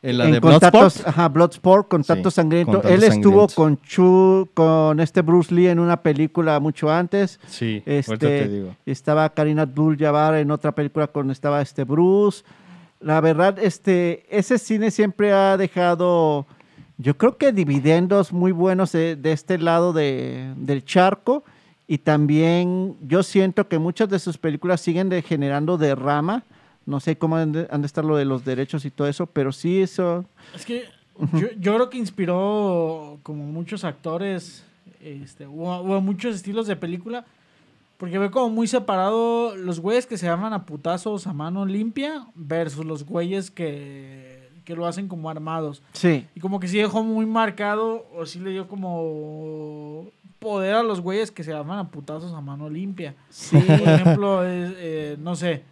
Speaker 1: En la
Speaker 3: en
Speaker 1: de
Speaker 3: contactos,
Speaker 1: Bloodsport.
Speaker 3: ajá, Bloodsport, Contacto
Speaker 1: Sí,
Speaker 3: Sangriento.
Speaker 1: Contacto
Speaker 3: Él estuvo
Speaker 1: Sangriento.
Speaker 3: con Chu, con este Bruce Lee en una película mucho antes.
Speaker 1: Sí,
Speaker 3: Este,
Speaker 1: ahorita te digo.
Speaker 3: Estaba Karina Abdul-Jabbar en otra película con estaba este Bruce. La verdad, este, ese cine siempre ha dejado, yo creo que dividendos muy buenos de, de este lado de- del charco. Y también yo siento que muchas de sus películas siguen de- generando derrama. No sé cómo han de, han de estar lo de los derechos y todo eso, pero sí eso.
Speaker 2: Es que yo, yo creo que inspiró como muchos actores este, o, o a muchos estilos de película. Porque ve como muy separado los güeyes que se llaman a putazos a mano limpia versus los güeyes que, que lo hacen como armados.
Speaker 3: Sí.
Speaker 2: Y como que sí dejó muy marcado o sí le dio como poder a los güeyes que se llaman a putazos a mano limpia.
Speaker 3: Sí.
Speaker 2: Por ejemplo, es, eh, no sé,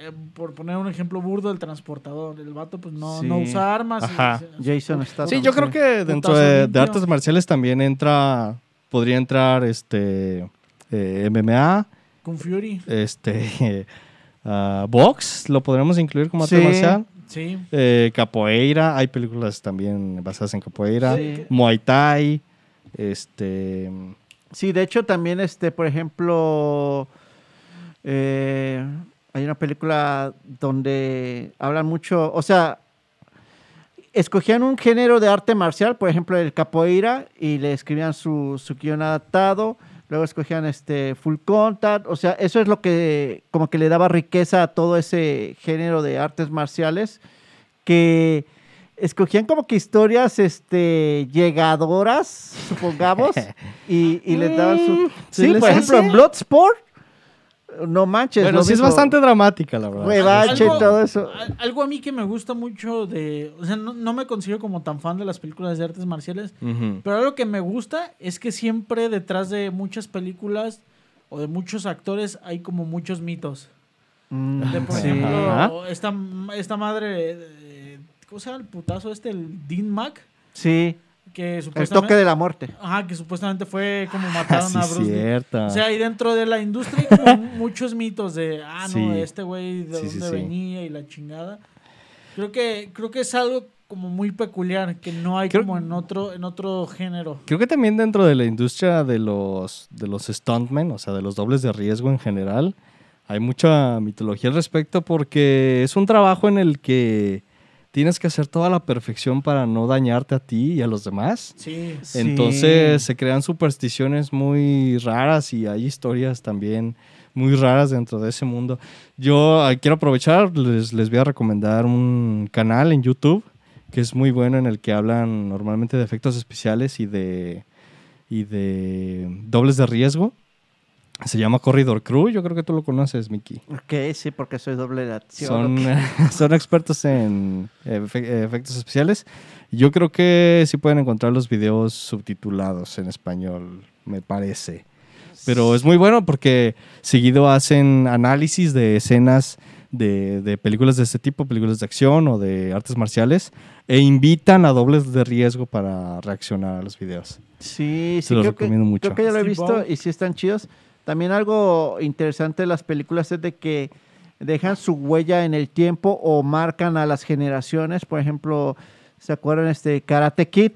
Speaker 2: eh, por poner un ejemplo burdo, el transportador. El vato pues no,
Speaker 3: Sí.
Speaker 2: no usa armas. y-
Speaker 1: Ajá.
Speaker 2: y-
Speaker 3: Jason Statham.
Speaker 1: Sí, yo creo que dentro
Speaker 2: Putazo
Speaker 1: de, de
Speaker 2: limpio.
Speaker 1: artes marciales también entra, podría entrar este eh, MMA,
Speaker 2: Con Fury,
Speaker 1: este ah, box, lo podremos incluir como arte
Speaker 3: Sí.
Speaker 1: marcial,
Speaker 2: sí.
Speaker 1: Eh, capoeira, hay películas también basadas en capoeira,
Speaker 3: Sí.
Speaker 1: muay thai, este
Speaker 3: Sí, de hecho también, este, por ejemplo, eh, hay una película donde hablan mucho, o sea, escogían un género de arte marcial, por ejemplo, el capoeira, y le escribían su, su guión adaptado, luego escogían este full contact, o sea, eso es lo que como que le daba riqueza a todo ese género de artes marciales que escogían como que historias este llegadoras, supongamos, y, y les daban su
Speaker 1: ¿se
Speaker 3: Sí,
Speaker 1: les
Speaker 3: por ejemplo,
Speaker 1: hace?
Speaker 3: en Bloodsport no manches,
Speaker 1: bueno,
Speaker 3: lo
Speaker 1: sí es
Speaker 3: mismo.
Speaker 1: bastante dramática la verdad.
Speaker 3: Revanche
Speaker 2: Algo-
Speaker 3: y todo eso.
Speaker 2: Al- Algo a mí que me gusta mucho de... O sea, no, no me considero como tan fan de las películas de artes marciales,
Speaker 1: Ujú.
Speaker 2: pero algo que me gusta es que siempre detrás de muchas películas o de muchos actores hay como muchos mitos.
Speaker 3: Mm,
Speaker 2: De, por
Speaker 1: Sí.
Speaker 2: ejemplo,
Speaker 1: Ajá.
Speaker 2: esta, esta madre... eh, ¿Cómo se llama el putazo este? El Dean Mac.
Speaker 3: sí,
Speaker 2: Que
Speaker 3: el
Speaker 2: supuestamente...
Speaker 3: toque de la muerte.
Speaker 2: Ajá, que supuestamente fue como
Speaker 1: Ah,
Speaker 2: mataron
Speaker 1: sí,
Speaker 2: a Bruce Lee.
Speaker 1: cierta.
Speaker 2: O sea, ahí dentro de la industria hay como muchos mitos de, ah, no,
Speaker 1: Sí.
Speaker 2: este güey de
Speaker 1: Sí, sí,
Speaker 2: dónde
Speaker 1: sí.
Speaker 2: venía y la chingada. Creo que, creo que es algo como muy peculiar, que no hay
Speaker 1: Creo-
Speaker 2: como en otro, en otro género.
Speaker 1: Creo que también dentro de la industria de los, de los stuntmen, o sea, de los dobles de riesgo en general, hay mucha mitología al respecto porque es un trabajo en el que tienes que hacer toda la perfección para no dañarte a ti y a los demás.
Speaker 2: Sí.
Speaker 3: Sí.
Speaker 1: Entonces se crean supersticiones muy raras y hay historias también muy raras dentro de ese mundo. Yo ah, quiero aprovechar, les, les voy a recomendar un canal en YouTube que es muy bueno en el que hablan normalmente de efectos especiales y de, y de dobles de riesgo. Se llama Corridor Crew, yo creo que tú lo conoces, Mickey.
Speaker 3: Ok, sí, porque soy doble de acción.
Speaker 1: Son, eh, son expertos en efe- efectos especiales. Yo creo que sí pueden encontrar los videos subtitulados en español, me parece. Pero es muy bueno porque seguido hacen análisis de escenas de, de películas de este tipo, películas de acción o de artes marciales, e invitan a dobles de riesgo para reaccionar a los videos.
Speaker 3: Sí,
Speaker 1: Se
Speaker 3: sí,
Speaker 1: los
Speaker 3: creo que,
Speaker 1: recomiendo mucho.
Speaker 3: creo que ya lo he
Speaker 2: Sí,
Speaker 3: visto
Speaker 2: Bob.
Speaker 3: y sí están chidos. También algo interesante de las películas es de que dejan su huella en el tiempo o marcan a las generaciones. Por ejemplo, ¿se acuerdan este Karate Kid?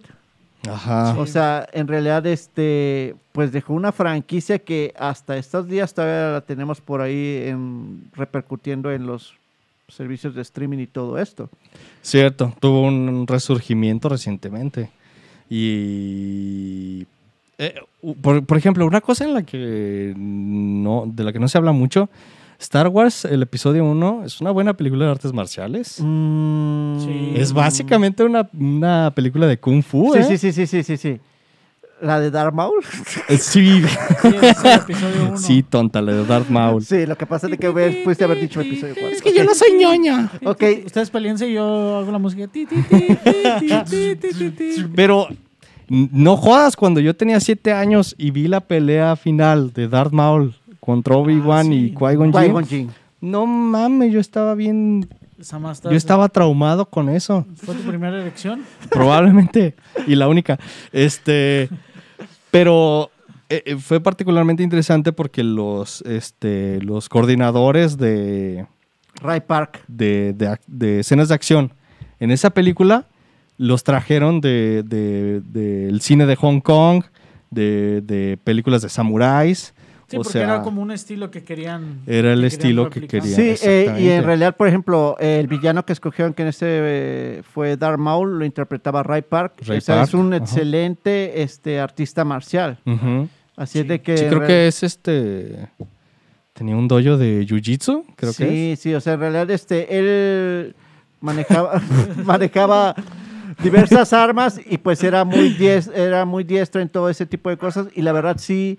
Speaker 1: Ajá.
Speaker 3: O sea, en realidad, este, pues dejó una franquicia que hasta estos días todavía la tenemos por ahí en- repercutiendo en los servicios de streaming y todo esto.
Speaker 1: Cierto, tuvo un resurgimiento recientemente. Y eh, u- por, por ejemplo, una cosa en la que no, de la que no se habla mucho, Star Wars, el episodio 1, es una buena película de artes marciales.
Speaker 3: Mm.
Speaker 2: Sí.
Speaker 1: Mm. Es básicamente una, una película de Kung Fu.
Speaker 3: Sí,
Speaker 1: ¿eh?
Speaker 3: sí, sí, sí, sí, sí, sí. La de Darth Maul.
Speaker 1: Eh, Sí,
Speaker 2: Sí, ese es el episodio uno.
Speaker 1: sí, tonta, la de Darth Maul.
Speaker 3: Sí, lo que pasa es que ves, pudiste haber dicho episodio 4.
Speaker 1: soy ñoña.
Speaker 3: Ok,
Speaker 2: Ustedes peleense y yo hago la música. Ti, ti, ti, ti, ti, ti, ti, ti.
Speaker 1: Pero n- no jodas, cuando yo tenía 7 años y vi la pelea final de Darth Maul contra Obi-Wan
Speaker 2: sí.
Speaker 1: y Qui-Gon Jinn,
Speaker 3: Ah, Qui-Gon Jinn.
Speaker 1: No mames, yo estaba bien.
Speaker 2: Esa más
Speaker 1: Yo
Speaker 2: tarde.
Speaker 1: estaba traumado con eso.
Speaker 2: ¿Fue tu primera elección?
Speaker 1: Probablemente. y la única. Este. Pero eh, eh, fue particularmente interesante porque los, este, los coordinadores de,
Speaker 3: Ray Park.
Speaker 1: de, de ac- de escenas de acción en esa película los trajeron de- de- del cine de Hong Kong, de, de películas de samuráis.
Speaker 2: Sí,
Speaker 1: o
Speaker 2: porque
Speaker 1: sea,
Speaker 2: era como un estilo que querían.
Speaker 1: era el
Speaker 2: que querían
Speaker 1: estilo que
Speaker 2: replicar.
Speaker 1: querían.
Speaker 3: Sí, eh, y
Speaker 1: exactamente.
Speaker 3: en realidad, por ejemplo, el villano que escogieron, que en este eh, fue Darth Maul, lo interpretaba Ray Park.
Speaker 1: Ray
Speaker 3: o sea,
Speaker 1: Park,
Speaker 3: es un
Speaker 1: ajá.
Speaker 3: excelente este, artista marcial.
Speaker 1: Ujú.
Speaker 3: Así
Speaker 2: Sí.
Speaker 3: es de que.
Speaker 1: Sí,
Speaker 3: en
Speaker 1: creo
Speaker 3: real-
Speaker 1: que es este. Tenía un dojo de jiu-jitsu, creo
Speaker 3: sí,
Speaker 1: que es.
Speaker 3: sí, o sea, en realidad, este, él manejaba, manejaba diversas armas y pues era muy, dies- era muy diestro en todo ese tipo de cosas. Y la verdad, sí,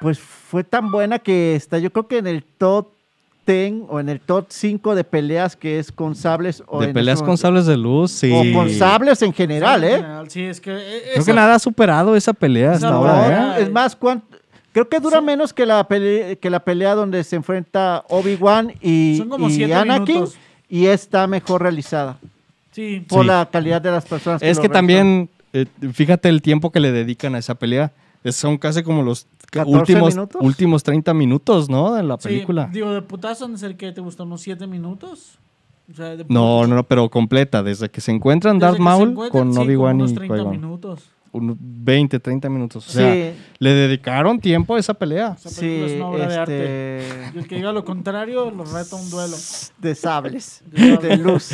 Speaker 3: pues fue tan buena que está, yo creo que en el top 10 o en el top 5 de peleas que es con sables. O
Speaker 1: De
Speaker 3: en
Speaker 1: peleas
Speaker 3: ese
Speaker 1: con
Speaker 3: momento-
Speaker 1: sables de luz, sí.
Speaker 3: O con sables en general,
Speaker 2: Sí, en
Speaker 3: ¿eh?
Speaker 2: general, Sí, es que. eh,
Speaker 1: Creo
Speaker 2: esa-
Speaker 1: que nada ha superado esa pelea hasta
Speaker 2: No,
Speaker 1: ahora, ¿eh?
Speaker 3: No, Es más, cuan- creo que dura menos que la, pele- que la pelea donde se enfrenta Obi-Wan y,
Speaker 2: Son como
Speaker 3: y
Speaker 2: siete
Speaker 3: Anakin
Speaker 2: minutos.
Speaker 3: y está mejor realizada
Speaker 2: Sí.
Speaker 3: por
Speaker 1: Sí.
Speaker 3: la calidad de las personas.
Speaker 1: Es
Speaker 3: lo
Speaker 1: que
Speaker 3: realizan.
Speaker 1: también, eh, fíjate el tiempo que le dedican a esa pelea. Es- Son casi como los
Speaker 3: 14
Speaker 1: últimos,
Speaker 3: minutos.
Speaker 1: últimos 30 minutos, ¿no? De la
Speaker 2: sí,
Speaker 1: película.
Speaker 2: digo, de putazo es el que te gustó unos 7 minutos. O sea, de
Speaker 1: No, no, no, pero completa. Desde que se encuentran
Speaker 2: Desde
Speaker 1: Darth
Speaker 2: que se
Speaker 1: Maul
Speaker 2: encuentran,
Speaker 1: con
Speaker 2: sí,
Speaker 1: Obi-Wan
Speaker 2: unos
Speaker 1: y
Speaker 2: 30
Speaker 1: Qui-Wan.
Speaker 2: minutos.
Speaker 1: Un- 20, 30 minutos. O sea,
Speaker 3: sí,
Speaker 1: le dedicaron tiempo a esa pelea.
Speaker 2: Esa película es
Speaker 3: sí,
Speaker 2: una obra de arte. Y
Speaker 3: este,
Speaker 2: el que diga lo contrario, lo reta a un duelo.
Speaker 3: de sables,
Speaker 2: De
Speaker 3: de luz.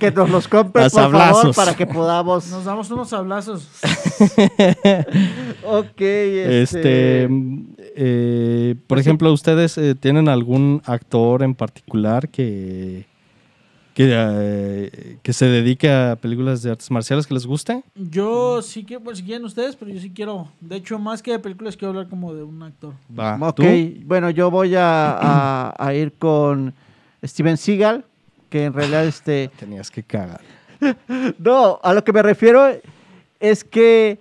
Speaker 3: Que nos los compren,
Speaker 1: A
Speaker 3: por favor,
Speaker 1: sablazos.
Speaker 3: para que podamos.
Speaker 2: Nos damos unos hablazos.
Speaker 3: Ok,
Speaker 1: Este,
Speaker 3: este... pues
Speaker 1: mm, eh, por ejemplo, ustedes eh, tienen algún actor en particular que que, eh, que se dedique a películas de artes marciales que les guste.
Speaker 2: Yo sí que, pues si quieren ustedes, pero yo sí quiero. De hecho, más que de películas, quiero hablar como de un actor.
Speaker 1: Va.
Speaker 3: Ok,
Speaker 1: ¿tú?
Speaker 3: bueno, yo voy a, a- a ir con Steven Seagal, que en realidad este...
Speaker 1: Tenías que cagar.
Speaker 3: No, a lo que me refiero es que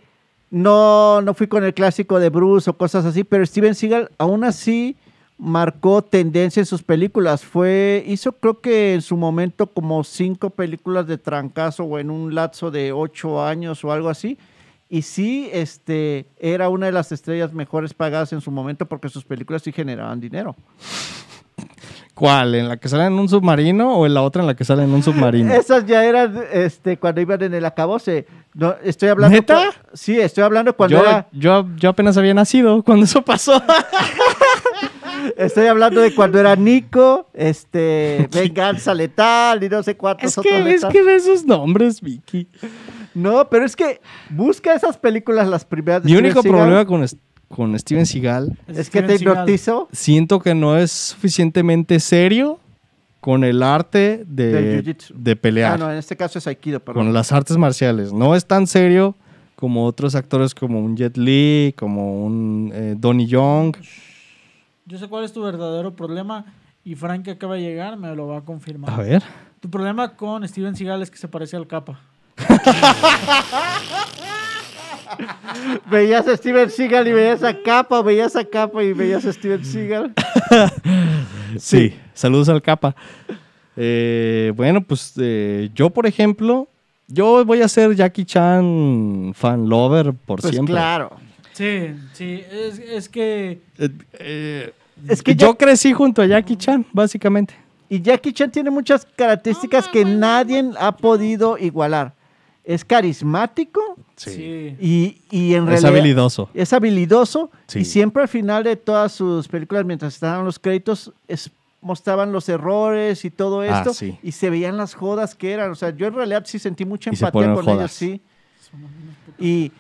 Speaker 3: no, no fui con el clásico de Bruce o cosas así, pero Steven Seagal aún así marcó tendencia en sus películas. Fue, hizo creo que en su momento como cinco películas de trancazo o en un lapso de ocho años o algo así. Y sí, este, era una de las estrellas mejores pagadas en su momento porque sus películas sí generaban dinero.
Speaker 1: ¿Cuál? ¿En la que sale en un submarino o en la otra en la que sale en un submarino?
Speaker 3: Esas ya eran este, cuando iban en el acabose. No, estoy hablando.
Speaker 1: ¿Neta?
Speaker 3: cua- Sí, estoy hablando cuando
Speaker 1: Yo,
Speaker 3: era.
Speaker 1: yo, yo apenas había nacido cuando eso pasó.
Speaker 3: Estoy hablando de cuando era Nico, este, Venganza Letal y no sé cuántos
Speaker 1: es
Speaker 3: otros
Speaker 1: que es
Speaker 3: letal.
Speaker 1: que ve esos nombres, Vicky.
Speaker 3: No, pero es que busca esas películas las primeras. de
Speaker 1: Mi
Speaker 3: Steven
Speaker 1: único
Speaker 3: Seagal.
Speaker 1: problema con, es- con Steven Seagal
Speaker 3: es que
Speaker 2: Steven
Speaker 3: te
Speaker 2: Seagal.
Speaker 3: hipnotizo.
Speaker 1: siento que no es suficientemente serio con el arte de,
Speaker 3: Del jiu-jitsu.
Speaker 1: de pelear,
Speaker 3: Ah, no, en este caso es Aikido, perdón.
Speaker 1: con las artes marciales. No es tan serio como otros actores como un Jet Li, como un eh, Donnie Young.
Speaker 2: Yo sé cuál es tu verdadero problema. Y Frank, que acaba de llegar, me lo va a confirmar.
Speaker 1: A ver.
Speaker 2: Tu problema con Steven Seagal es que se parece al capa.
Speaker 3: Veías a Steven Seagal y veías a Capa, veías a Capa y veías a Steven Seagal.
Speaker 1: Sí, saludos al capa. Eh, bueno, pues eh, yo, por ejemplo, yo voy a ser Jackie Chan fan lover por
Speaker 3: Pues
Speaker 1: siempre.
Speaker 3: claro.
Speaker 2: Sí, sí, es, es que
Speaker 1: Eh, eh,
Speaker 3: Es que
Speaker 1: yo crecí junto a Jackie Chan, básicamente.
Speaker 3: Y Jackie Chan tiene muchas características que nadie ha podido igualar. Es carismático
Speaker 2: sí.
Speaker 3: y, y en
Speaker 1: Es
Speaker 3: realidad
Speaker 1: habilidoso.
Speaker 3: es habilidoso
Speaker 1: Sí.
Speaker 3: y siempre al final de todas sus películas, mientras estaban los créditos, es- mostraban los errores y todo
Speaker 1: Ah,
Speaker 3: esto
Speaker 1: sí.
Speaker 3: y se veían las jodas que eran. O sea, yo en realidad sí sentí mucha
Speaker 1: Y se
Speaker 3: empatía
Speaker 1: ponen
Speaker 3: con
Speaker 1: jodas.
Speaker 3: ellos, sí. Y,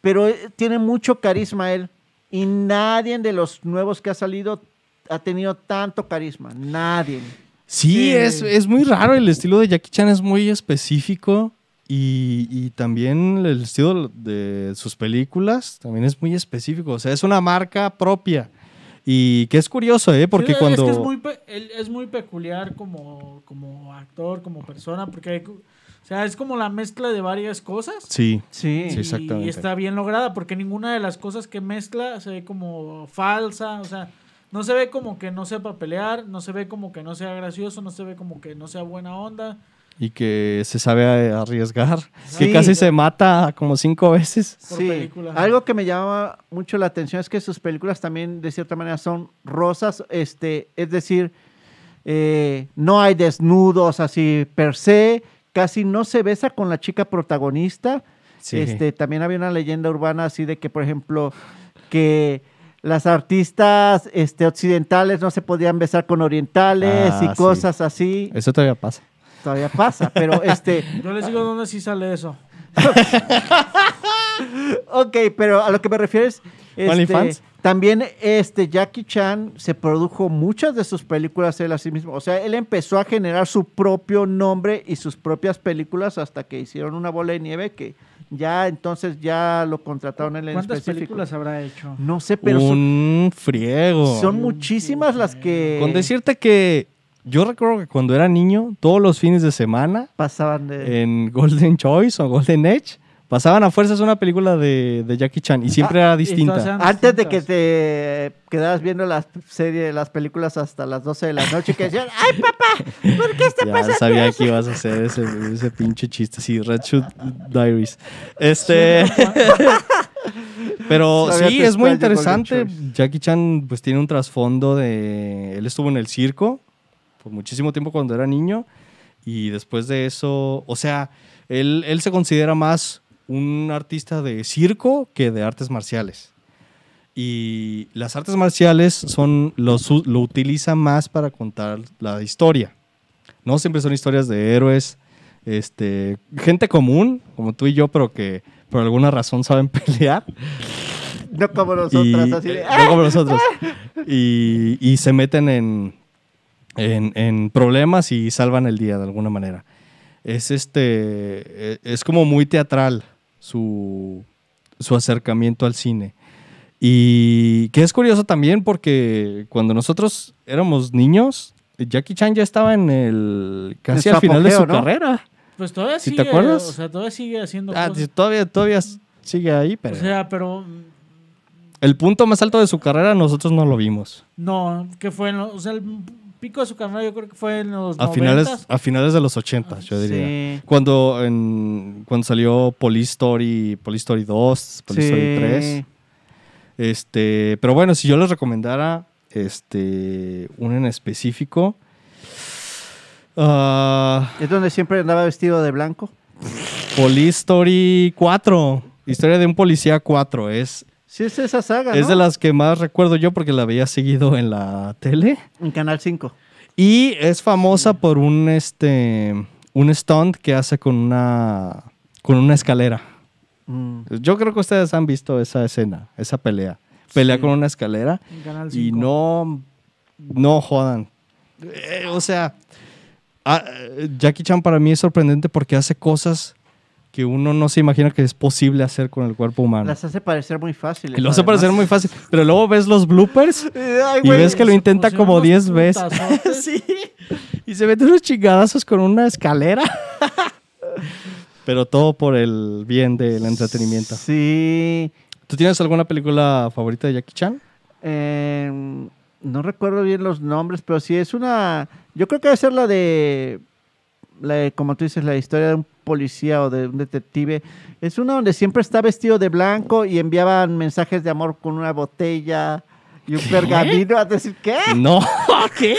Speaker 3: pero eh, tiene mucho carisma él y nadie de los nuevos que ha salido ha tenido tanto carisma. Nadie.
Speaker 1: Sí,
Speaker 2: Sí.
Speaker 1: Es, es muy raro. El estilo de Jackie Chan es muy específico. Y, y también el estilo de sus películas también es muy específico. O sea, es una marca propia. Y que es curioso, ¿eh? Porque
Speaker 2: Sí,
Speaker 1: cuando.
Speaker 2: Es, que es, muy, pe- él es muy peculiar como, como actor, como persona, porque hay cu- o sea, es como la mezcla de varias cosas.
Speaker 1: Sí,
Speaker 3: Sí.
Speaker 1: Sí, exactamente.
Speaker 2: Y está bien lograda, porque ninguna de las cosas que mezcla se ve como falsa, o sea, no se ve como que no sepa pelear, no se ve como que no sea gracioso, no se ve como que no sea buena onda.
Speaker 1: y que se sabe eh, arriesgar.
Speaker 3: Sí.
Speaker 1: Que casi se mata como cinco veces.
Speaker 2: por
Speaker 3: Sí,
Speaker 2: película.
Speaker 3: algo que me llama mucho la atención es que sus películas también de cierta manera son rosas, este, es decir, eh, no hay desnudos así per se, casi no se besa con la chica protagonista.
Speaker 1: Sí.
Speaker 3: Este, también había una leyenda urbana así de que, por ejemplo, que las artistas este, occidentales no se podían besar con orientales
Speaker 1: Ah,
Speaker 3: y cosas así.
Speaker 1: Eso todavía pasa.
Speaker 3: Todavía pasa, pero este...
Speaker 2: Yo les digo dónde sí sale eso.
Speaker 3: Ok, pero a lo que me refieres, este,
Speaker 1: OnlyFans.
Speaker 3: también este Jackie Chan se produjo muchas de sus películas él a sí mismo. O sea, él empezó a generar su propio nombre y sus propias películas hasta que hicieron una bola de nieve que ya entonces ya lo contrataron él en
Speaker 2: ¿Cuántas
Speaker 3: específico.
Speaker 2: películas habrá hecho?
Speaker 3: No sé, pero son,
Speaker 1: Un friego.
Speaker 3: son muchísimas las que
Speaker 1: Con decirte que yo recuerdo que cuando era niño, todos los fines de semana
Speaker 3: pasaban de...
Speaker 1: en Golden Choice o Golden Edge pasaban a fuerzas una película de, de Jackie Chan y siempre era
Speaker 2: todas
Speaker 1: distinta.
Speaker 2: eran
Speaker 3: antes de que
Speaker 2: distintas.
Speaker 3: te quedaras viendo las series, las películas hasta las 12 de la noche, que decían, ¡ay, papá! ¿Por qué está
Speaker 1: Ya
Speaker 3: pasando
Speaker 1: sabía
Speaker 3: eso?"
Speaker 1: que ibas a hacer ese, ese pinche chiste, sí, Red Shoe Diaries. Este, pero
Speaker 3: Sabía
Speaker 1: sí,
Speaker 3: que
Speaker 1: es muy
Speaker 3: Spider-Man
Speaker 1: interesante.
Speaker 3: Choice.
Speaker 1: Jackie Chan pues tiene un trasfondo de... Él estuvo en el circo por muchísimo tiempo cuando era niño y después de eso, o sea, él, él se considera más un artista de circo que de artes marciales. Y las artes marciales son los, u- lo utiliza más para contar la historia. No siempre son historias de héroes, este, gente común, como tú y yo, pero que por alguna razón saben pelear.
Speaker 3: No como
Speaker 1: Y,
Speaker 3: nosotras, así de,
Speaker 1: eh,
Speaker 3: "Ah,
Speaker 1: no como nosotros. Y, y se meten en, en, en problemas y salvan el día de alguna manera. Es este. eh, Es como muy teatral su, su acercamiento al cine. Y que es curioso también porque cuando nosotros éramos niños, Jackie Chan ya estaba en el. casi
Speaker 3: En su
Speaker 1: al final de su
Speaker 3: apogeo, ¿no?
Speaker 1: carrera.
Speaker 2: Pues todavía
Speaker 1: ¿Sí
Speaker 2: sigue,
Speaker 1: te acuerdas?
Speaker 2: o sea, todavía sigue haciendo
Speaker 1: Ah,
Speaker 2: cosas.
Speaker 1: todavía, todavía sigue ahí, pero.
Speaker 2: O sea, pero mm,
Speaker 1: el punto más alto de su carrera nosotros no lo vimos.
Speaker 2: no, que fue en lo- o sea, el pico de su carrera yo creo que fue en los
Speaker 1: A
Speaker 2: 90s.
Speaker 1: finales, a finales de los 80, yo diría.
Speaker 3: Sí.
Speaker 1: Cuando, en- cuando salió Police Story, Police Story 2, Police Story 3. Este, pero bueno, si yo les recomendara este, un en específico. ah,
Speaker 3: Es donde siempre andaba vestido de blanco.
Speaker 1: Police Story 4. Historia de un policía 4. Es,
Speaker 3: Sí, es esa saga.
Speaker 1: es
Speaker 3: ¿no?
Speaker 1: de las que más recuerdo yo porque la veía seguido en la tele.
Speaker 3: En Canal 5.
Speaker 1: Y es famosa por un este un stunt que hace con una con una escalera.
Speaker 3: Mm.
Speaker 1: Yo creo que ustedes han visto esa escena, esa pelea. Pelea con una escalera
Speaker 2: En Canal
Speaker 1: y
Speaker 2: 5.
Speaker 1: no no jodan. Eh, o sea, ah, eh, Jackie Chan para mí es sorprendente porque hace cosas que uno no se imagina que es posible hacer con el cuerpo humano.
Speaker 3: Las hace parecer muy fáciles.
Speaker 1: Y lo hace
Speaker 3: además. eh,
Speaker 1: parecer muy fácil, pero luego ves los bloopers
Speaker 3: Ay,
Speaker 1: y
Speaker 3: güey.
Speaker 1: ves que lo
Speaker 2: se
Speaker 1: intenta
Speaker 2: pusieron
Speaker 1: como
Speaker 2: Pues, unos
Speaker 1: 10 veces.
Speaker 2: putazotes.
Speaker 1: sí. Y se mete unos chingadazos con una escalera. Pero todo por el bien del entretenimiento.
Speaker 3: Sí.
Speaker 1: ¿Tú tienes alguna película favorita de Jackie Chan?
Speaker 3: Em, No recuerdo bien los nombres, pero sí es una. Yo creo que debe ser la de. La de, como tú dices, la historia de un policía o de un detective. Es una donde siempre está vestido de blanco y enviaban mensajes de amor con una botella y un pergamino. A decir, ¿qué?
Speaker 1: No, ¿qué?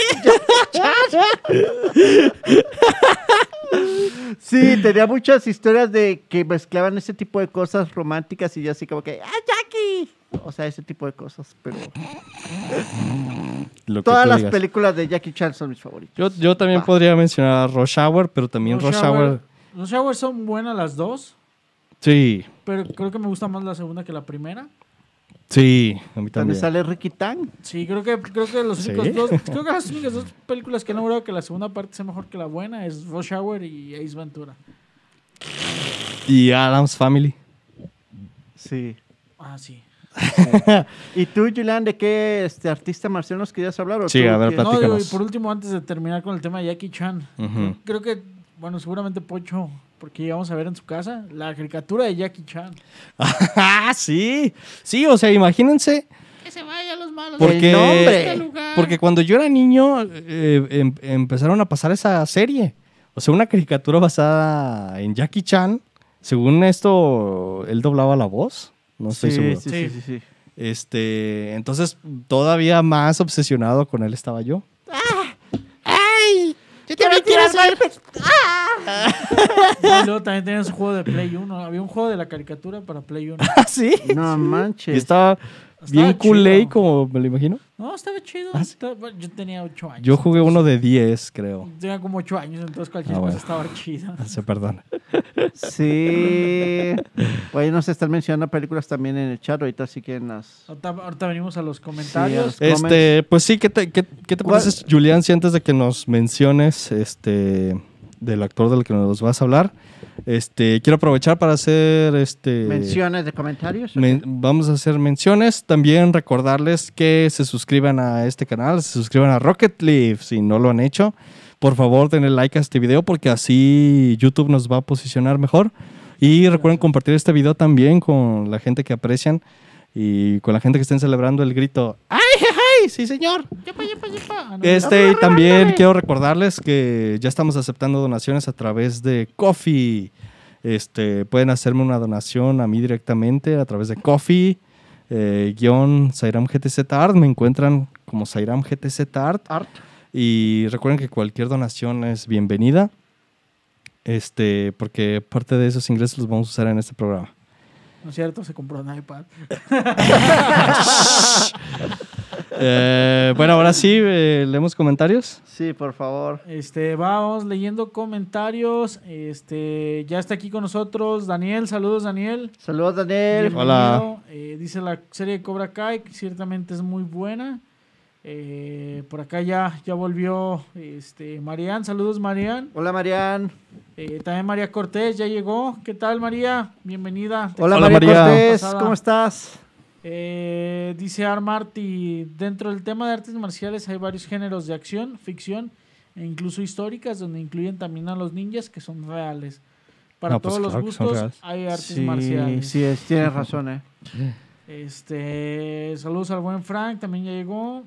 Speaker 3: Sí, tenía muchas historias de que mezclaban ese tipo de cosas románticas y yo así como que, ¡ah, Jackie! O sea, ese tipo de cosas, pero
Speaker 1: Lo que
Speaker 3: todas
Speaker 1: tú
Speaker 3: las
Speaker 1: digas.
Speaker 3: películas de Jackie Chan son mis favoritas.
Speaker 1: Yo, yo también
Speaker 3: Va.
Speaker 1: podría mencionar Rush Hour, pero también Rush, Hour.
Speaker 2: Rush Hour son buenas las dos,
Speaker 1: Sí,
Speaker 2: pero creo que me gusta más la segunda que la primera.
Speaker 1: sí, a mí
Speaker 3: Donde
Speaker 1: también.
Speaker 3: sale Ricky Tang.
Speaker 2: Sí, creo que, creo que los
Speaker 1: ¿Sí?
Speaker 2: únicos dos, creo que las únicas dos películas que han logrado que la segunda parte sea mejor que la buena es Rush Hour y Ace Ventura.
Speaker 1: Y Adam's Family.
Speaker 3: Sí.
Speaker 2: Ah, sí.
Speaker 3: ¿Y tú, Julián, de qué este artista marcial nos querías hablar? o
Speaker 1: Sí,
Speaker 3: tú
Speaker 1: a ver,
Speaker 3: qué-
Speaker 1: platica.
Speaker 2: No, digo, y
Speaker 1: Platícanos.
Speaker 2: por último, antes de terminar con el tema de Jackie Chan,
Speaker 1: Ujú.
Speaker 2: creo que, bueno, seguramente Pocho, porque llegamos a ver en su casa, la caricatura de Jackie Chan.
Speaker 1: ¡Ah, sí! Sí, o sea, imagínense.
Speaker 2: Que se vayan los malos.
Speaker 3: ¿Por qué?
Speaker 1: Porque,
Speaker 3: El nombre.
Speaker 2: Este lugar.
Speaker 1: porque cuando yo era niño eh, em- empezaron a pasar esa serie. O sea, una caricatura basada en Jackie Chan. Según esto, él doblaba la voz. No estoy
Speaker 3: Sí,
Speaker 1: seguro.
Speaker 3: sí, sí, sí, sí.
Speaker 1: Este, entonces, todavía más obsesionado con él estaba yo. ¡Ay! Yo también quiero ser.
Speaker 2: Y luego también tenían su juego de Play 1. Había un juego de la caricatura para Play 1.
Speaker 1: ¿Sí?
Speaker 3: No
Speaker 1: Y
Speaker 3: manches.
Speaker 1: estaba bien
Speaker 2: chido.
Speaker 1: culé, como me lo imagino.
Speaker 2: No, estaba chido.
Speaker 1: ¿Ah, sí?
Speaker 2: Estaba- bueno, yo tenía 8 años.
Speaker 1: Yo jugué uno de 10, creo.
Speaker 2: Tenía como 8 años, entonces cualquier
Speaker 1: Ah,
Speaker 2: cosa
Speaker 1: bueno.
Speaker 2: estaba chida.
Speaker 1: Se perdona.
Speaker 3: Sí. Oye, nos están mencionando películas también en el chat ahorita, así que en las...
Speaker 2: Ahorita, ahorita venimos a los comentarios.
Speaker 3: ¿Comes?
Speaker 1: Este, pues sí, ¿qué te, qué, qué te
Speaker 3: ¿Cuál?
Speaker 1: parece, Julián, si antes de que nos menciones este, del actor del que nos vas a hablar, este, quiero aprovechar para hacer este,
Speaker 3: menciones de comentarios.
Speaker 1: men- vamos a hacer menciones. También recordarles que se suscriban a este canal, se suscriban a Rocket Leaf si no lo han hecho. Por favor, denle like a este video porque así YouTube nos va a posicionar mejor. Y recuerden compartir este video también con la gente que aprecian y con la gente que estén celebrando el grito. ¡Ay, ay, ay! ¡Sí, señor!
Speaker 2: Yepa, yepa, yepa. Ah, no,
Speaker 1: Este, y también quiero recordarles que ya estamos aceptando donaciones a través de Coffee. Este, pueden hacerme una donación a mí directamente a través de Coffee. eh, guión Sairam GTZ Art. Me encuentran como Sairam GTZ Art.
Speaker 3: Art.
Speaker 1: Y recuerden que cualquier donación es bienvenida. Este, porque parte de esos ingresos los vamos a usar en este programa.
Speaker 2: No es cierto, se compró un iPad.
Speaker 1: Eh, bueno, ahora sí, eh, leemos comentarios.
Speaker 3: Sí, por favor.
Speaker 2: Este, vamos leyendo comentarios. Este, ya está aquí con nosotros Daniel. Saludos, Daniel.
Speaker 3: Saludos, Daniel.
Speaker 2: Bienvenido.
Speaker 1: Hola.
Speaker 2: Eh, dice la serie de Cobra Kai, que ciertamente es muy buena. Eh, por acá ya, ya volvió este, Marian. Saludos, Marian.
Speaker 3: Hola, Marian.
Speaker 2: Eh, también María Cortés ya llegó. ¿Qué tal, María? Bienvenida.
Speaker 3: Hola,
Speaker 1: Hola,
Speaker 3: María
Speaker 1: María.
Speaker 3: Cortés.
Speaker 2: Pasada.
Speaker 3: ¿Cómo estás?
Speaker 2: Eh, dice Armarty, dentro del tema de artes marciales hay varios géneros de acción, ficción e incluso históricas, donde incluyen también a los ninjas que son reales. Para
Speaker 1: No, pues
Speaker 2: todos
Speaker 1: claro que
Speaker 2: los
Speaker 1: son
Speaker 2: gustos
Speaker 1: reales.
Speaker 2: hay artes
Speaker 3: sí,
Speaker 2: marciales.
Speaker 3: sí, es- tienes razón, ¿eh?
Speaker 2: Este, saludos al buen Frank, también ya llegó.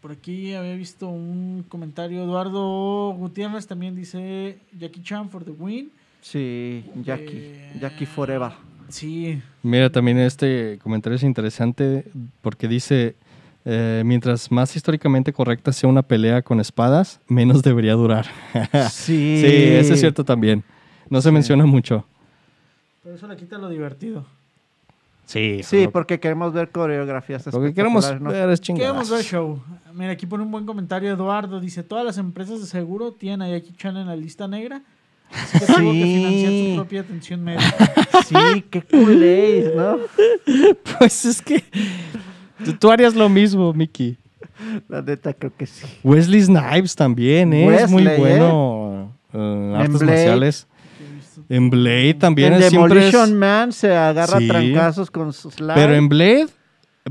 Speaker 2: Por aquí había visto un comentario. Eduardo Gutiérrez también dice Jackie Chan for the win.
Speaker 3: Sí,
Speaker 2: Eh,
Speaker 3: Jackie. Jackie Forever.
Speaker 2: Sí,
Speaker 1: Mira, también este comentario es interesante porque dice, eh, mientras más históricamente correcta sea una pelea con espadas, menos debería durar.
Speaker 3: Sí.
Speaker 1: Sí, eso es cierto también. No se menciona mucho.
Speaker 2: pero eso le quita lo divertido.
Speaker 1: Sí,
Speaker 3: Sí,
Speaker 1: lo,
Speaker 3: porque queremos ver coreografías.
Speaker 1: lo que queremos
Speaker 3: espectaculares, Pues ¿no?
Speaker 1: ver es
Speaker 2: Queremos ver
Speaker 1: chingadas.
Speaker 2: show. Mira, aquí pone un buen comentario Eduardo. Dice, todas las empresas de seguro tienen a Jackie Chan en la lista negra. Así que tuvo que
Speaker 3: Sí.
Speaker 2: financiar su propia atención médica.
Speaker 3: Sí, qué culés, ¿no?
Speaker 1: Pues es que tú, tú harías lo mismo, Mickey.
Speaker 3: La neta, creo que sí.
Speaker 1: Wesley Snipes también, ¿eh? es muy
Speaker 3: Wesley, ¿eh?
Speaker 1: bueno en artes
Speaker 3: Blade.
Speaker 1: marciales. En Blade también
Speaker 3: en
Speaker 1: es siempre es-
Speaker 3: Demolition Man se agarra
Speaker 1: Sí.
Speaker 3: trancazos con sus labios.
Speaker 1: Pero en Blade,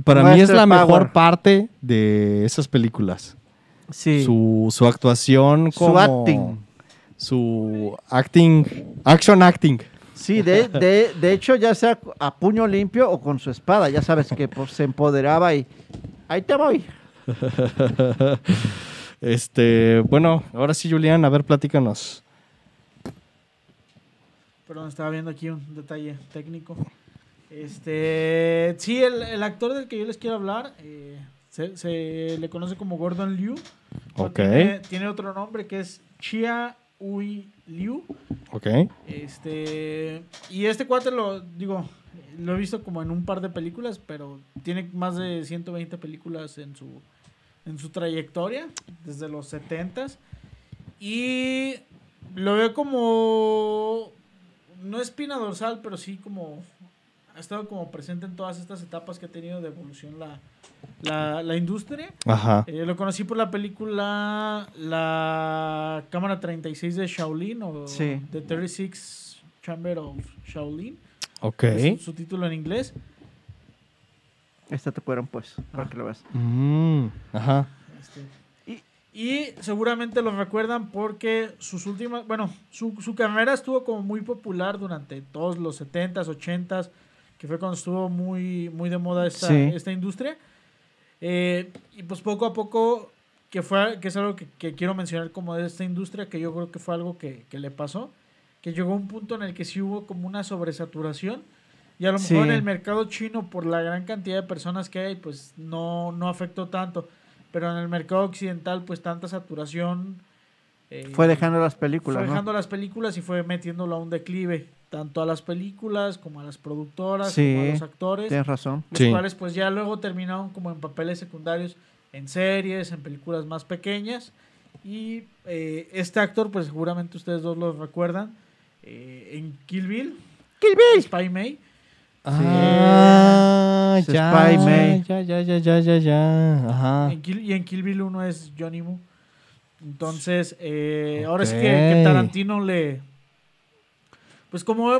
Speaker 1: para mí es
Speaker 3: Master
Speaker 1: la mejor
Speaker 3: Power.
Speaker 1: parte de esas películas.
Speaker 3: sí.
Speaker 1: Su, su actuación
Speaker 3: Su
Speaker 1: como...
Speaker 3: acting.
Speaker 1: Su acting... Action acting.
Speaker 3: Sí, de, de, de hecho, ya sea a puño limpio o con su espada, ya sabes que pues, se empoderaba y Ahí te voy.
Speaker 1: Este, bueno, ahora sí, Julián, a ver, platícanos.
Speaker 2: Perdón, estaba viendo aquí un detalle técnico. Este, sí, el, el actor del que yo les quiero hablar eh, se, se le conoce como Gordon Liu. pero
Speaker 1: Ok.
Speaker 2: Tiene, tiene otro nombre que es Chia Ui Liu.
Speaker 1: Ok.
Speaker 2: Este, y este cuate lo, digo, lo he visto como en un par de películas, pero tiene más de 120 películas en su, en su trayectoria, desde los 70s. Y lo veo como, no espina dorsal, pero sí como, ha estado como presente en todas estas etapas que ha tenido de evolución la, la, la industria.
Speaker 1: Ajá.
Speaker 2: Eh, lo conocí por la película La Cámara 36 de Shaolin o
Speaker 3: Sí.
Speaker 2: The 36 Chamber of Shaolin,
Speaker 1: Ok.
Speaker 2: que es su, su título en inglés.
Speaker 3: Esta te fueron, pues, para que lo veas.
Speaker 1: Mm, ajá.
Speaker 2: Este,
Speaker 3: Y-
Speaker 2: y seguramente lo recuerdan porque sus últimas, bueno, su, su carrera estuvo como muy popular durante todos los 70s, 80s, que fue cuando estuvo muy, muy de moda esta,
Speaker 3: Sí.
Speaker 2: esta industria. Eh, y pues poco a poco, que, fue, que es algo que, que quiero mencionar como de esta industria, que yo creo que fue algo que, que le pasó, que llegó un punto en el que sí hubo como una sobresaturación. Y a lo
Speaker 3: Sí.
Speaker 2: mejor en el mercado chino, por la gran cantidad de personas que hay, pues no, no afectó tanto. Pero en el mercado occidental, pues tanta saturación. eh,
Speaker 3: Fue dejando las
Speaker 2: fue
Speaker 3: películas, ¿no?
Speaker 2: dejando las películas y fue metiéndolo a un declive. Tanto a las películas, como a las productoras,
Speaker 3: Sí.
Speaker 2: como a los actores.
Speaker 3: Tienes razón.
Speaker 2: Los
Speaker 1: Sí.
Speaker 2: cuales, pues ya luego terminaron como en papeles secundarios, en series, en películas más pequeñas. Y eh, este actor, pues seguramente ustedes dos lo recuerdan. eh, en Kill Bill,
Speaker 3: ¡Kill Bill!
Speaker 2: Spy May.
Speaker 1: Ah,
Speaker 3: Es
Speaker 1: ya,
Speaker 3: Spy May.
Speaker 1: ya, ya, ya, ya, ya, ya.
Speaker 3: Ah.
Speaker 1: Ajá.
Speaker 2: En este Kill- y en Kill Bill 1 es Johnny Moo. Entonces, eh, ahora sí que,
Speaker 1: Ok.
Speaker 2: que Tarantino le... Pues como eh,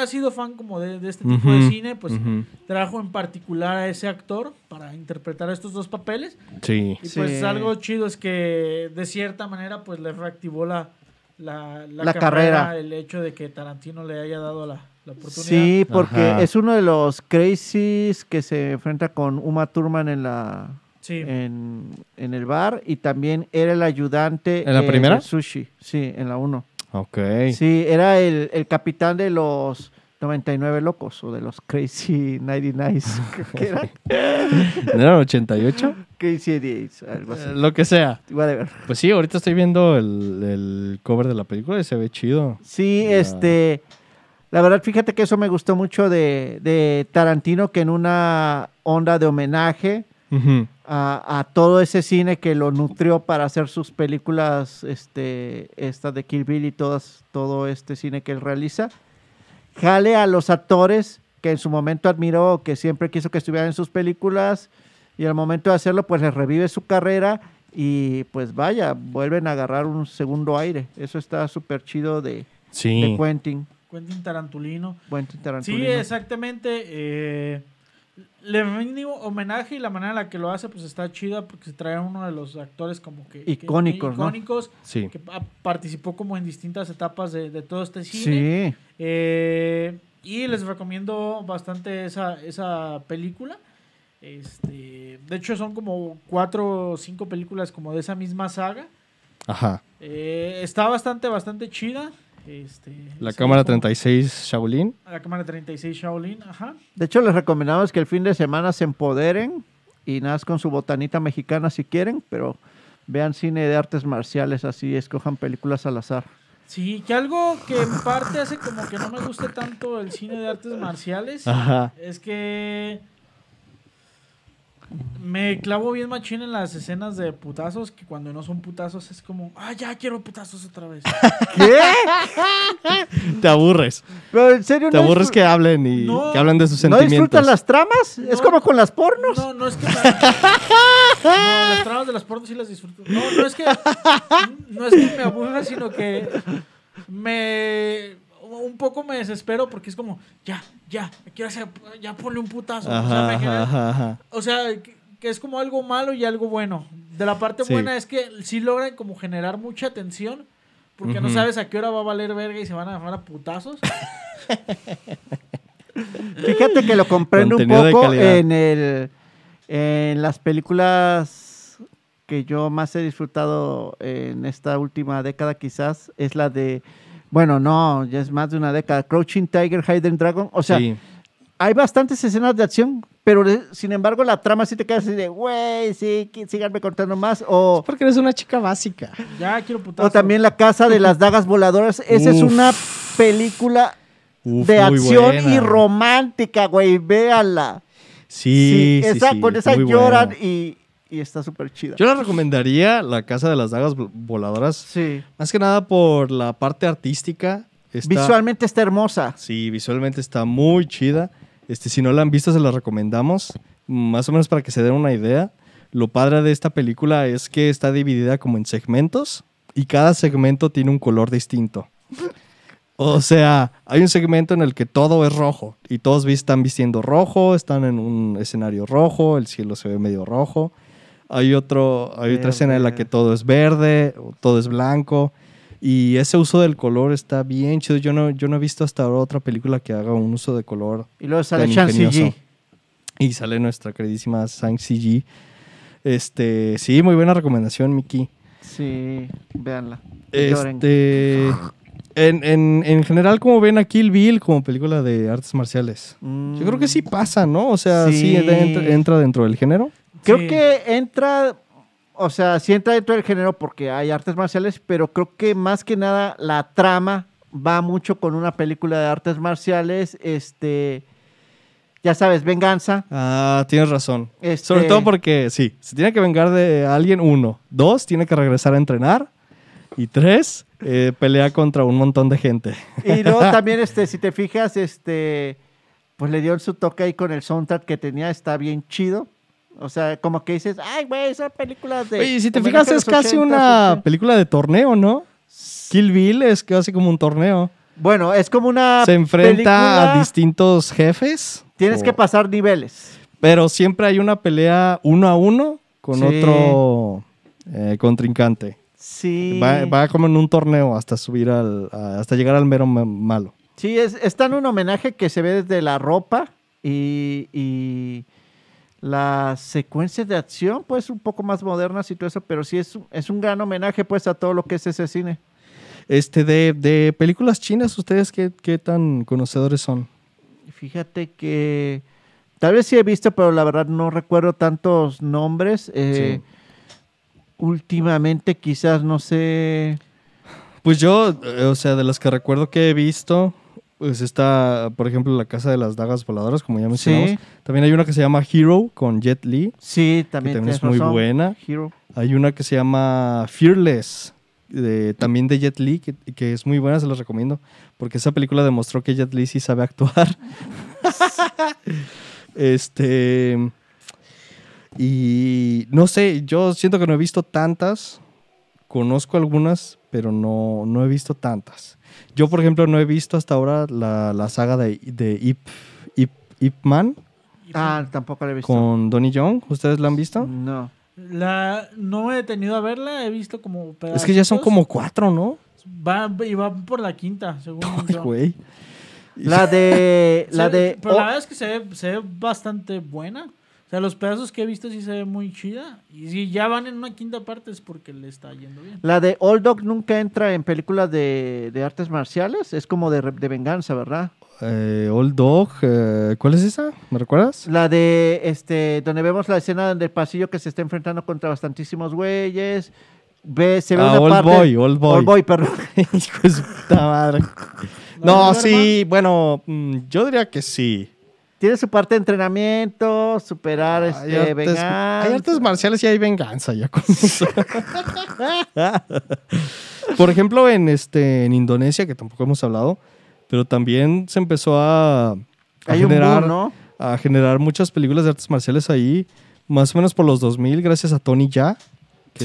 Speaker 2: ha sido fan como de, de este tipo de
Speaker 1: Ujú,
Speaker 2: cine, pues
Speaker 1: ujú.
Speaker 2: trajo en particular a ese actor para interpretar estos dos papeles.
Speaker 1: Sí.
Speaker 2: Y
Speaker 3: Sí.
Speaker 2: pues algo chido es que de cierta manera pues le reactivó la, la,
Speaker 3: La carrera.
Speaker 2: El hecho de que Tarantino le haya dado la, la oportunidad.
Speaker 3: Sí, porque
Speaker 1: Ajá.
Speaker 3: es uno de los crazies que se enfrenta con Uma Thurman en la
Speaker 2: Sí.
Speaker 3: Eh. en, en el bar y también era el ayudante
Speaker 1: ¿En la
Speaker 3: eh,
Speaker 1: primera?
Speaker 3: del sushi, sí, en la 1.
Speaker 1: Ok.
Speaker 3: Sí, era el, el capitán de los 99 locos o de los Crazy 99, creo que era
Speaker 1: ¿No eran 88?
Speaker 3: Crazy 10, algo
Speaker 1: Eh,
Speaker 3: así.
Speaker 1: lo que sea.
Speaker 3: Whatever.
Speaker 1: Pues sí, ahorita estoy viendo el, el cover de la película y se ve chido.
Speaker 3: Sí,
Speaker 1: Ya.
Speaker 3: este. La verdad, fíjate que eso me gustó mucho de, de Tarantino, que en una onda de homenaje
Speaker 1: Ujú.
Speaker 3: a, a todo ese cine que lo nutrió para hacer sus películas, este, estas de Kill Bill y todas, todo este cine que él realiza, jale a los actores que en su momento admiró, que siempre quiso que estuvieran en sus películas, y al momento de hacerlo, pues les revive su carrera y pues vaya, vuelven a agarrar un segundo aire. Eso está súper chido de, de
Speaker 1: Sí.
Speaker 3: Quentin,
Speaker 2: Quentin Tarantulino.
Speaker 3: Quentin Tarantino.
Speaker 2: Sí, exactamente. eh, le rinde homenaje y la manera en la que lo hace pues está chida porque se trae a uno de los actores como que... que-
Speaker 3: Icónicos, ¿no?
Speaker 2: icónicos,
Speaker 1: Sí.
Speaker 2: que pa- participó como en distintas etapas de, de todo este cine.
Speaker 3: Sí,
Speaker 2: Eh, y les recomiendo bastante esa, esa película. Este, de hecho, son como cuatro o cinco películas como de esa misma saga.
Speaker 1: Ajá.
Speaker 2: Eh, está bastante, bastante chida. Este,
Speaker 1: La
Speaker 2: sí,
Speaker 1: cámara
Speaker 2: es como-
Speaker 1: 36 Shaolin.
Speaker 2: La cámara 36 Shaolin, ajá.
Speaker 3: De hecho, les recomendamos que el fin de semana se empoderen y nada más con su botanita mexicana si quieren, pero vean cine de artes marciales, así escojan películas al azar.
Speaker 2: Sí, que algo que en parte hace como que no me guste tanto el cine de artes marciales
Speaker 1: Ajá.
Speaker 2: es que me clavo bien machín en las escenas de putazos que cuando no son putazos es como, ah, ya quiero putazos otra vez.
Speaker 3: ¿Qué?
Speaker 1: Te aburres.
Speaker 3: Pero en serio,
Speaker 1: Te
Speaker 3: no
Speaker 1: aburres
Speaker 3: disfr-
Speaker 1: que hablen y
Speaker 2: No.
Speaker 1: que hablen de sus
Speaker 3: ¿No
Speaker 1: sentimientos.
Speaker 3: disfrutan las tramas? Es
Speaker 2: No.
Speaker 3: como con las pornos.
Speaker 2: No, no es que... No, las tramas de las pornos sí las disfruto. No, no es que... No es que me aburra, sino que me... Un poco me desespero porque es como, ya, ya, quiero hacer, ya ponle un putazo. O sea,
Speaker 1: Ajá,
Speaker 2: me genera-
Speaker 1: ajá, ajá, ajá.
Speaker 2: O sea, que, que es como algo malo y algo bueno. De la parte
Speaker 1: Sí.
Speaker 2: buena es que sí logran como generar mucha tensión. Porque no
Speaker 1: Ujú.
Speaker 2: sabes a qué hora va a valer verga y se van a dejar a putazos.
Speaker 3: Fíjate que lo comprendo un
Speaker 1: Contenido de
Speaker 3: poco
Speaker 1: calidad.
Speaker 3: en el En las películas que yo más he disfrutado en esta última década quizás es la de, bueno, no, ya es más de una década, Crouching Tiger, Hidden Dragon. O sea,
Speaker 1: sí.
Speaker 3: hay bastantes escenas de acción, pero de- sin embargo la trama sí te queda así de, güey, sí, que- síganme contando más. O,
Speaker 4: Porque eres una chica básica.
Speaker 2: Ya quiero putazo.
Speaker 3: o también La Casa de las Dagas Voladoras. Esa es
Speaker 1: Uf.
Speaker 3: una película
Speaker 1: Uf,
Speaker 3: de
Speaker 1: muy
Speaker 3: acción
Speaker 1: buena.
Speaker 3: y romántica, güey, véanla.
Speaker 1: Sí, sí,
Speaker 3: esa,
Speaker 1: sí,
Speaker 3: con esa
Speaker 1: muy
Speaker 3: lloran
Speaker 1: buena.
Speaker 3: y, y está súper chida.
Speaker 1: Yo le recomendaría La Casa de las Dagas Vol- Voladoras,
Speaker 3: Sí.
Speaker 1: más que nada por la parte artística. Está-
Speaker 3: Visualmente está hermosa.
Speaker 1: Sí, visualmente está muy chida. Este, si no la han visto, se la recomendamos. Más o menos para que se den una idea. Lo padre de esta película es que está dividida como en segmentos y cada segmento tiene un color distinto. O sea, hay un segmento en el que todo es rojo y todos vi- están vistiendo rojo, están en un escenario rojo, el cielo se ve medio rojo. Hay, otro, hay otra
Speaker 3: Verde.
Speaker 1: escena en la que todo es verde, todo es blanco. Y ese uso del color está bien chido. Yo no, yo no he visto hasta ahora otra película que haga un uso de color
Speaker 3: Y luego sale
Speaker 1: tan
Speaker 3: Chan
Speaker 1: ingenioso.
Speaker 3: CG.
Speaker 1: Y sale nuestra queridísima Sang CG. Este, sí, muy buena recomendación, Miki.
Speaker 3: Sí, véanla. Lloren.
Speaker 1: Este, en, en, en general, como ven a Kill Bill como película de artes marciales?
Speaker 3: Mm,
Speaker 1: Yo creo que sí pasa, ¿no? O sea, sí,
Speaker 3: Sí.
Speaker 1: entra, entra dentro del género.
Speaker 3: Creo
Speaker 2: Sí.
Speaker 3: que entra, o sea, sí entra dentro del género porque hay artes marciales, pero creo que más que nada la trama va mucho con una película de artes marciales, este, ya sabes, venganza.
Speaker 1: Ah, tienes razón.
Speaker 3: Este-
Speaker 1: Sobre todo porque, sí, se tiene que vengar de alguien, uno. Dos, tiene que regresar a entrenar. Y tres, eh, pelea contra un montón de gente.
Speaker 3: Y luego también, este, si te fijas, este, pues le dio su toque ahí con el soundtrack que tenía, está bien chido. O sea, como que dices, ay, güey, esas películas de...
Speaker 1: Oye, y si te
Speaker 3: homenaje
Speaker 1: fijas,
Speaker 3: a
Speaker 1: es
Speaker 3: Este, los
Speaker 1: casi
Speaker 3: 80s,
Speaker 1: una
Speaker 3: 80s.
Speaker 1: película de torneo, ¿no? Kill Bill es casi como un torneo.
Speaker 3: Bueno, es como una...
Speaker 1: Se
Speaker 3: Ah,
Speaker 1: enfrenta a Oh.
Speaker 3: película-
Speaker 1: distintos jefes.
Speaker 3: Tienes
Speaker 1: o-
Speaker 3: que pasar niveles.
Speaker 1: Pero siempre hay una pelea uno a uno con
Speaker 3: Sí.
Speaker 1: otro eh, contrincante.
Speaker 3: Sí.
Speaker 1: Va, va como en un torneo hasta subir al. a- hasta llegar al mero ma- malo.
Speaker 3: Sí, es, está en un homenaje que se ve desde la ropa y, y las secuencias de acción, pues un poco más modernas y todo eso, pero sí es, es un gran homenaje pues a todo lo que es ese cine.
Speaker 1: Este, de, de películas chinas, ¿ustedes qué, qué tan conocedores son?
Speaker 3: Fíjate que tal vez sí he visto, pero la verdad no recuerdo tantos nombres. eh, Últimamente quizás, no sé.
Speaker 1: Pues yo, eh, o sea, de las que recuerdo que he visto, pues está, por ejemplo, La Casa de las Dagas Voladoras, como ya mencionamos.
Speaker 3: Sí.
Speaker 1: También hay una que se llama Hero con Jet Li.
Speaker 3: Sí, también, tienes
Speaker 1: también es muy
Speaker 3: razón,
Speaker 1: buena.
Speaker 3: Hero.
Speaker 1: Hay una que se llama Fearless, de- también de Jet Li, que, que es muy buena, se los recomiendo, porque esa película demostró que Jet Li sí sabe actuar. este. Y no sé, yo siento que no he visto tantas. Conozco algunas, pero no, no he visto tantas. Yo, por ejemplo, no he visto hasta ahora la, la saga de, de Ip, Ip, Ip Man
Speaker 3: Ah, tampoco la he visto. Mm.
Speaker 1: con Donnie Young. ¿Ustedes la han visto?
Speaker 3: No.
Speaker 2: La, no he tenido a verla, he visto como
Speaker 1: Es que ya son
Speaker 2: pedacitos.
Speaker 1: como cuatro, ¿no?
Speaker 2: Va, y va por la quinta, según
Speaker 1: Ay,
Speaker 2: yo.
Speaker 1: güey.
Speaker 3: La de.
Speaker 2: Se-
Speaker 3: La de.
Speaker 2: Pero
Speaker 3: oh,
Speaker 2: la verdad es que se ve, se ve bastante buena. O sea, los pedazos que he visto sí se ve muy chida. Y si ya van en una quinta parte es porque le está yendo bien.
Speaker 3: La de Old Dog nunca entra en películas de, de artes marciales, es como de, re- de venganza, ¿verdad?
Speaker 1: Eh, Old Dog, eh, ¿cuál es esa? ¿Me recuerdas?
Speaker 3: La de, este, donde vemos la escena del pasillo que se está enfrentando contra bastantísimos güeyes, ve, se ve
Speaker 1: Ah,
Speaker 3: una
Speaker 1: Old
Speaker 3: parte...
Speaker 1: Boy, Old Boy.
Speaker 3: Old Boy, perdón.
Speaker 1: Hijo de su puta madre. No, sí, bueno, mm, yo diría que sí.
Speaker 3: Tiene su parte de entrenamiento, superar,
Speaker 1: Hay
Speaker 3: este,
Speaker 1: artes,
Speaker 3: venganza.
Speaker 1: hay artes marciales y hay venganza ya con eso.
Speaker 2: Ah,
Speaker 1: Por ejemplo, en, este, en Indonesia, que tampoco hemos hablado, pero también se empezó a, a
Speaker 3: Hay un boom,
Speaker 1: generar...
Speaker 3: ¿no?
Speaker 1: a generar muchas películas de artes marciales ahí, más o menos por los 2000, gracias a Tony Ya, que,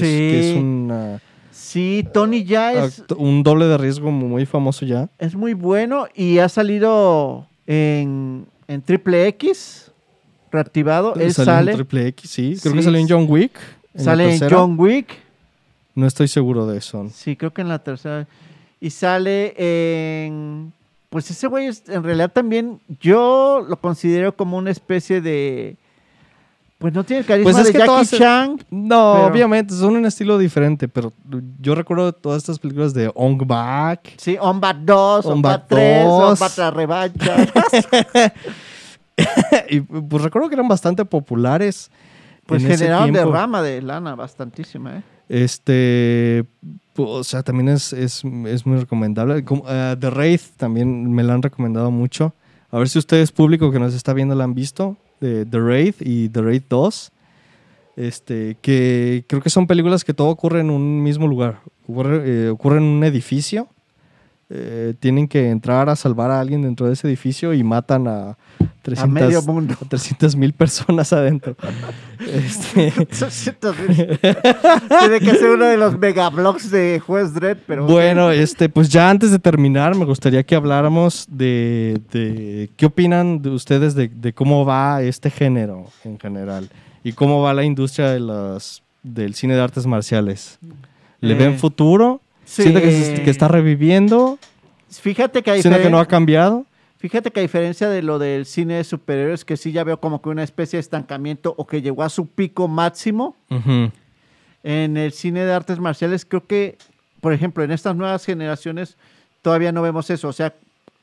Speaker 3: Sí.
Speaker 1: es, que es una-
Speaker 3: Sí, Tony ya es,
Speaker 1: act- un doble de riesgo muy famoso ya.
Speaker 3: es muy bueno y ha salido en, en Triple X, reactivado, él
Speaker 1: Salió en
Speaker 3: sale,
Speaker 1: Triple X, sí. Creo que
Speaker 3: Sí.
Speaker 1: salió en John Wick. en la
Speaker 3: sale en
Speaker 1: tercera.
Speaker 3: John Wick.
Speaker 1: No estoy seguro de eso.
Speaker 3: Sí, creo que en la tercera. Y sale en... Pues ese güey es- en realidad también yo lo considero como una especie de Pues no tiene el carisma
Speaker 1: Pues es
Speaker 3: de
Speaker 1: que
Speaker 3: Jackie
Speaker 1: todas se-
Speaker 3: Chan.
Speaker 1: No,
Speaker 3: Pero-
Speaker 1: obviamente, son un estilo diferente, pero yo recuerdo todas estas películas de Ong Bak.
Speaker 3: Sí, On Bat 2, On,
Speaker 1: On
Speaker 3: Bat
Speaker 1: Bat
Speaker 3: 3, On
Speaker 1: 2.
Speaker 3: Bat La Revancha.
Speaker 1: y pues recuerdo que eran bastante populares.
Speaker 3: pues
Speaker 1: en ese
Speaker 3: generaron
Speaker 1: tiempo.
Speaker 3: derrama de lana bastantísima, ¿eh?
Speaker 1: Este, o sea, también es, es, es muy recomendable. Como, eh, The Wraith también me la han recomendado mucho. A ver si ustedes, público que nos está viendo, la han visto. de The Wraith y The Wraith 2. Este, que creo que son películas que todo ocurre en un mismo lugar. Ocurre, eh, ocurre en un edificio. Eh, tienen que entrar a salvar a alguien dentro de ese edificio y matan a
Speaker 3: A medio
Speaker 1: 300
Speaker 3: mundo.
Speaker 1: a 300 mil personas adentro. Este,
Speaker 3: Tiene que ser uno de los megablogs de Juez Dredd, pero...
Speaker 1: Bueno, este, pues ya antes de terminar, me gustaría que habláramos de, de qué opinan de ustedes de, de cómo va este género en general y cómo va la industria de las, del cine de artes marciales. ¿Le
Speaker 3: Eh,
Speaker 1: ven futuro?
Speaker 3: sí.
Speaker 1: ¿Siente que, se- que está reviviendo?
Speaker 3: Fíjate que a
Speaker 1: ¿Siente que
Speaker 3: diferen-
Speaker 1: no ha cambiado?
Speaker 3: Fíjate que a diferencia de lo del cine de superhéroes, que sí ya veo como que una especie de estancamiento o que llegó a su pico máximo,
Speaker 1: Ujú.
Speaker 3: en el cine de artes marciales creo que, por ejemplo, en estas nuevas generaciones todavía no vemos eso. O sea,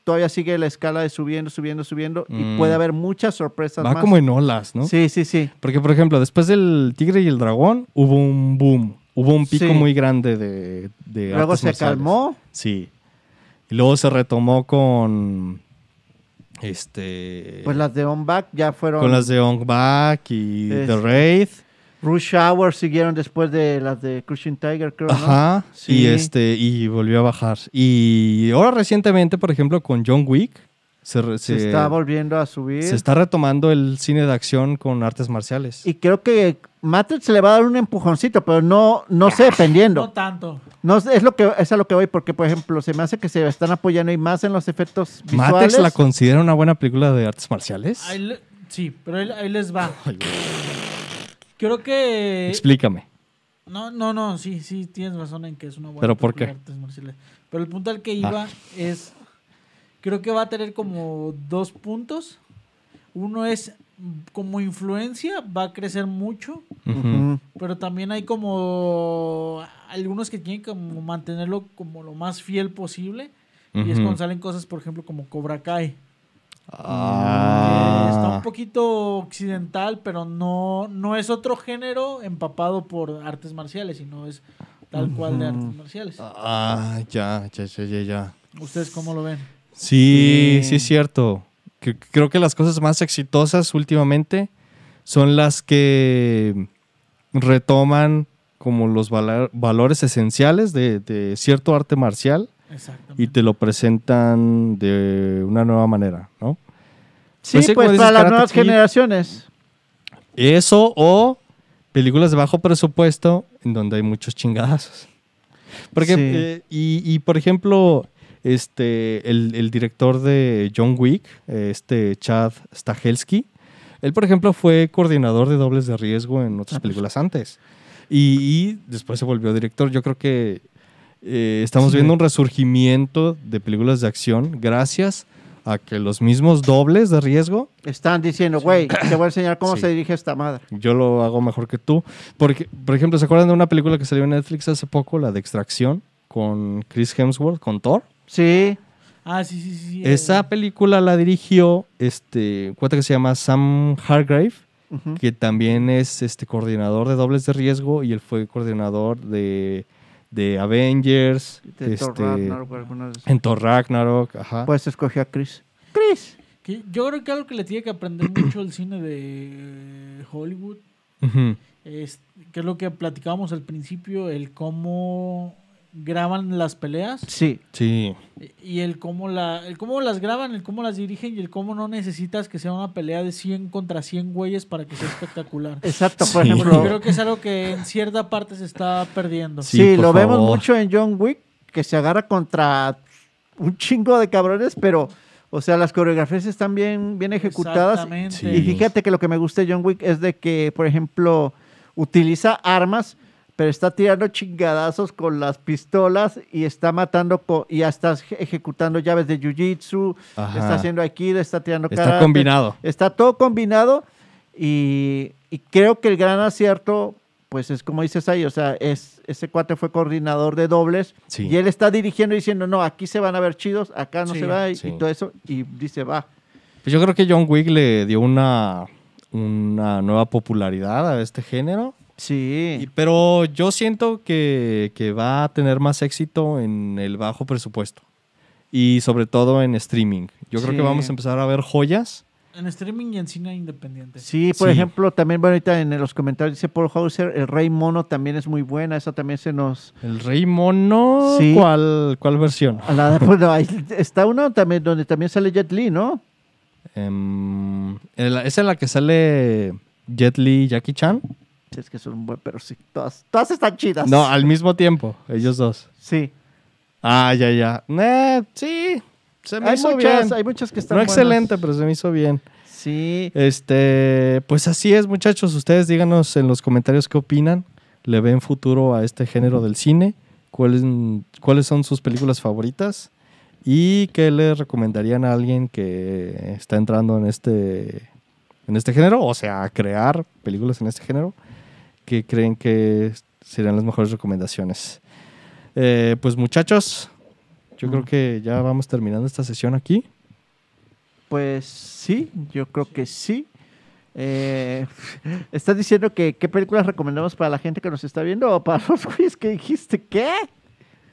Speaker 3: todavía sigue la escala de subiendo, subiendo, subiendo y
Speaker 1: Mm.
Speaker 3: puede haber muchas sorpresas
Speaker 1: Va
Speaker 3: más.
Speaker 1: como en olas, ¿no?
Speaker 3: Sí, sí, sí.
Speaker 1: Porque, por ejemplo, después del Tigre y el Dragón hubo un boom, hubo un pico
Speaker 3: Sí.
Speaker 1: muy grande de, de
Speaker 3: Luego
Speaker 1: artes
Speaker 3: se
Speaker 1: marciales.
Speaker 3: calmó.
Speaker 1: Sí. Y luego se retomó con. Este.
Speaker 3: Pues las de On Back ya fueron.
Speaker 1: con las de Ong Bak y
Speaker 3: Es-
Speaker 1: The Wraith.
Speaker 3: Rush Hour siguieron después de las de Crushing Tiger, creo. ¿no?
Speaker 1: Ajá.
Speaker 3: Sí.
Speaker 1: Y este. Y volvió a bajar. Y ahora recientemente, por ejemplo, con John Wick. Se, re-
Speaker 3: Se
Speaker 1: se-
Speaker 3: está volviendo a subir.
Speaker 1: eh, se está retomando el cine de acción con artes marciales.
Speaker 3: Y creo que Matrix le va a dar un empujoncito, pero no, no sé,
Speaker 2: No
Speaker 3: dependiendo.
Speaker 2: tanto.
Speaker 3: No, sé, es, lo que, es a lo que voy, porque, por ejemplo, se me hace que se están apoyando y más en los efectos visuales.
Speaker 1: ¿Matrix la considera una buena película de artes marciales?
Speaker 2: Ahí le- sí, pero ahí, ahí les va.
Speaker 1: Ay, güey.
Speaker 2: Creo que.
Speaker 1: Explícame.
Speaker 2: No, no, no, sí, sí, tienes razón en que es una buena.
Speaker 1: ¿Pero por
Speaker 2: película de
Speaker 1: qué? Ah.
Speaker 2: artes marciales. Pero el punto al que iba es. Creo que va a tener como dos puntos. Uno es, mm, como influencia, va a crecer mucho.
Speaker 1: Ujú. Pues
Speaker 3: Ujú.
Speaker 2: Pero también hay como algunos que tienen como mantenerlo como lo más fiel posible. Y es
Speaker 1: Ujú.
Speaker 2: cuando salen cosas, por ejemplo, como Cobra Kai.
Speaker 1: Ah.
Speaker 2: que está un poquito occidental, pero no, no es otro género empapado por artes marciales, sino es tal cual de artes marciales.
Speaker 1: Ah, ya, ya, ya, ya, ya.
Speaker 2: ¿Ustedes cómo lo ven?
Speaker 1: Sí,
Speaker 3: Sí.
Speaker 1: sí es cierto. Que- Creo que las cosas más exitosas últimamente son las que retoman como los valo- valores esenciales de, de cierto arte marcial
Speaker 2: Exactamente.
Speaker 1: y te lo presentan de una nueva manera, ¿no?
Speaker 3: Sí,
Speaker 1: Pues sí, como
Speaker 3: pues
Speaker 1: dices,
Speaker 3: para las
Speaker 1: Karate
Speaker 3: nuevas
Speaker 1: Kid.
Speaker 3: generaciones.
Speaker 1: Eso o películas de bajo presupuesto en donde hay muchos chingadazos. Porque,
Speaker 3: Sí.
Speaker 1: eh, y, y, por ejemplo, este, el, el director de John Wick, eh, este Chad Stahelski, él, por ejemplo, fue coordinador de dobles de riesgo en
Speaker 3: Ah, pues.
Speaker 1: otras películas antes. Y, y después se volvió director. Yo creo que eh, estamos
Speaker 3: Sí.
Speaker 1: viendo un resurgimiento de películas de acción gracias a que los mismos dobles de riesgo
Speaker 3: Están diciendo, güey, te voy a enseñar cómo
Speaker 1: Sí.
Speaker 3: se dirige esta madre.
Speaker 1: yo lo hago mejor que tú. Porque, por ejemplo, ¿se acuerdan de una película que salió en Netflix hace poco, la de Extracción, con Chris Hemsworth, con Thor?
Speaker 3: Sí,
Speaker 2: Ah, sí, sí, sí. eh,
Speaker 1: Esa película la dirigió este un cuate que se llama Sam Hargrave,
Speaker 3: Ujú.
Speaker 1: que también es este coordinador de dobles de riesgo y él fue coordinador de, de Avengers,
Speaker 3: de Thor
Speaker 1: este,
Speaker 3: Ragnarok o alguna de esas.
Speaker 1: en Thor Ragnarok, ajá.
Speaker 3: Pues escogió a Chris. Chris.
Speaker 2: que yo creo que algo que le tiene que aprender mucho el cine de eh, Hollywood
Speaker 1: Ujú.
Speaker 2: es, que es lo que platicábamos al principio, el cómo graban las peleas.
Speaker 3: Sí.
Speaker 1: Sí.
Speaker 2: Y el cómo, la, el cómo las graban, el cómo las dirigen y el cómo no necesitas que sea una pelea de 100 contra 100 güeyes para que sea espectacular.
Speaker 3: Exacto, por
Speaker 1: Sí.
Speaker 2: Porque
Speaker 3: ejemplo.
Speaker 2: creo que es algo que en cierta parte se está perdiendo.
Speaker 1: Sí.
Speaker 3: Sí, lo
Speaker 1: por
Speaker 3: vemos
Speaker 1: favor.
Speaker 3: mucho en John Wick, que se agarra contra un chingo de cabrones, pero, o sea, las coreografías están bien, bien ejecutadas.
Speaker 2: Exactamente.
Speaker 1: Sí.
Speaker 3: Y fíjate que lo que me gusta de John Wick es de que, por ejemplo, utiliza armas, pero está tirando chingadazos con las pistolas y está matando co- y ya está eje- ejecutando llaves de jiu-jitsu,
Speaker 1: Ajá.
Speaker 3: está haciendo aikido, está tirando
Speaker 1: Está
Speaker 3: karate.
Speaker 1: combinado.
Speaker 3: Está todo combinado y Y creo que el gran acierto, pues es como dices ahí, o sea, es, ese cuate fue coordinador de dobles
Speaker 1: Sí.
Speaker 3: y él está dirigiendo y diciendo, no, aquí se van a ver chidos, acá no
Speaker 2: Sí,
Speaker 3: se va y,
Speaker 1: sí.
Speaker 3: y todo eso, y dice, va.
Speaker 1: Pues yo creo que John Wick le dio una, una nueva popularidad a este género. Y-
Speaker 3: Sí,
Speaker 1: pero yo siento que, que va a tener más éxito en el bajo presupuesto. Y sobre todo en streaming. Yo creo
Speaker 3: Sí.
Speaker 1: que vamos a empezar a ver joyas.
Speaker 2: En streaming y en cine independiente.
Speaker 3: sí, por
Speaker 1: Sí.
Speaker 3: ejemplo, también bueno, ahorita en los comentarios dice Paul Hauser, El Rey Mono también es muy buena, esa también se nos...
Speaker 1: El Rey Mono,
Speaker 3: Sí.
Speaker 1: ¿cuál, cuál versión?
Speaker 3: a la- bueno, ahí está una también donde también sale Jet Li, ¿no?
Speaker 1: Em, el- esa es la que sale Jet Li y Jackie Chan.
Speaker 3: Es que son un buen, pero sí, todas, todas están chidas.
Speaker 1: No, al mismo tiempo, ellos dos.
Speaker 3: sí.
Speaker 1: Ah, ya, ya. Eh, sí, se me
Speaker 3: Hay
Speaker 1: hizo
Speaker 3: muchas,
Speaker 1: bien.
Speaker 3: hay muchas que están
Speaker 1: No
Speaker 3: buenas.
Speaker 1: excelente, pero se me hizo bien.
Speaker 3: Sí.
Speaker 1: Este, pues así es, muchachos. Ustedes díganos en los comentarios qué opinan. ¿Le ven futuro a este género del cine? ¿Cuáles, cuáles son sus películas favoritas? ¿Y qué le recomendarían a alguien que está entrando en este, en este género? O sea, a crear películas en este género. ¿Qué creen que serían las mejores recomendaciones? Eh, pues muchachos, yo creo que ya vamos terminando esta sesión aquí.
Speaker 3: Pues sí, yo creo que sí. Eh, ¿Estás diciendo que qué películas recomendamos para la gente que nos está viendo o para los güeyes que dijiste qué?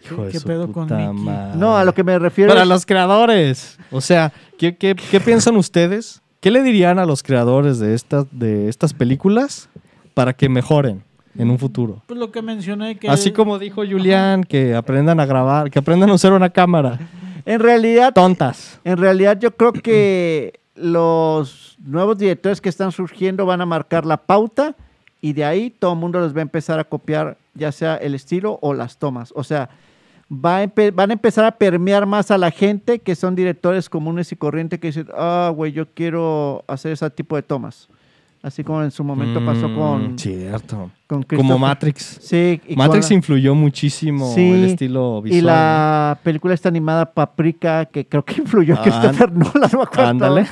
Speaker 1: Hijo de
Speaker 2: ¿Qué
Speaker 1: su
Speaker 2: pedo con
Speaker 1: puta
Speaker 2: Mickey?
Speaker 1: madre.
Speaker 3: No, a lo que me refiero.
Speaker 1: Para
Speaker 3: es-
Speaker 1: los creadores. O sea, ¿qué, qué, qué piensan ustedes? ¿Qué le dirían a los creadores de, estas de estas películas para que mejoren en un futuro?
Speaker 2: Pues lo que mencioné que...
Speaker 1: Así como dijo Julián, que aprendan a grabar, que aprendan a usar una cámara.
Speaker 3: En realidad,
Speaker 1: Tontas.
Speaker 3: en realidad yo creo que los nuevos directores que están surgiendo van a marcar la pauta y de ahí todo el mundo les va a empezar a copiar ya sea el estilo o las tomas. O sea, va a empe- van a empezar a permear más a la gente que son directores comunes y corrientes que dicen, ah, güey, yo quiero hacer ese tipo de tomas. Así como en su momento pasó con,
Speaker 1: Mm, Cierto.
Speaker 3: con
Speaker 1: Como
Speaker 3: Christopher-
Speaker 1: Matrix.
Speaker 3: Sí, y con
Speaker 1: Matrix
Speaker 3: la-
Speaker 1: influyó muchísimo
Speaker 3: Sí,
Speaker 1: el estilo visual.
Speaker 3: y la película está animada Paprika, que creo que influyó a
Speaker 1: Ah,
Speaker 3: Christopher Nolan, no me acuerdo.
Speaker 1: Ándale.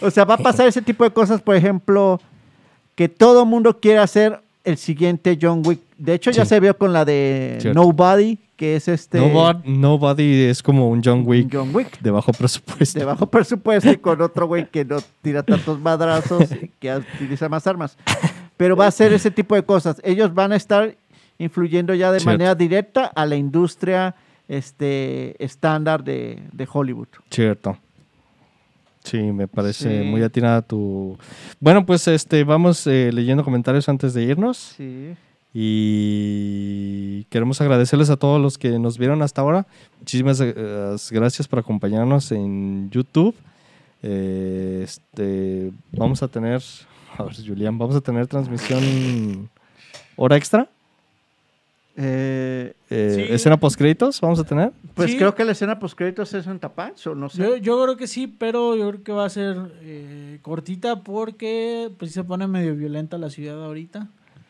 Speaker 3: O sea, va a pasar ese tipo de cosas, por ejemplo, que todo mundo quiere hacer el siguiente John Wick. De hecho, ya
Speaker 1: Sí.
Speaker 3: se vio con la de
Speaker 1: Cierto.
Speaker 3: Nobody, que es este
Speaker 1: Nobody, Nobody es como un John Wick
Speaker 3: John Wick.
Speaker 1: de bajo presupuesto.
Speaker 3: De bajo presupuesto y con otro güey que no tira tantos madrazos, que utiliza más armas. Pero va a ser ese tipo de cosas. Ellos van a estar influyendo ya de
Speaker 1: Cierto.
Speaker 3: manera directa a la industria este estándar de, de Hollywood.
Speaker 1: Cierto. Sí, me parece
Speaker 3: Sí.
Speaker 1: muy atinada tu... Bueno, pues este, vamos eh, leyendo comentarios antes de irnos
Speaker 3: Sí.
Speaker 1: y queremos agradecerles a todos los que nos vieron hasta ahora. Muchísimas eh, gracias por acompañarnos en YouTube. Eh, este, vamos a tener, a ver, Julián, vamos a tener transmisión hora extra,
Speaker 3: Eh,
Speaker 1: eh,
Speaker 2: Sí.
Speaker 1: escena post créditos, vamos a tener.
Speaker 3: Pues
Speaker 2: Sí.
Speaker 3: creo que la escena post créditos es en Tapach, o no sé.
Speaker 2: Yo, yo creo que sí, pero yo creo que va a ser eh, cortita porque pues se pone medio violenta la ciudad ahorita.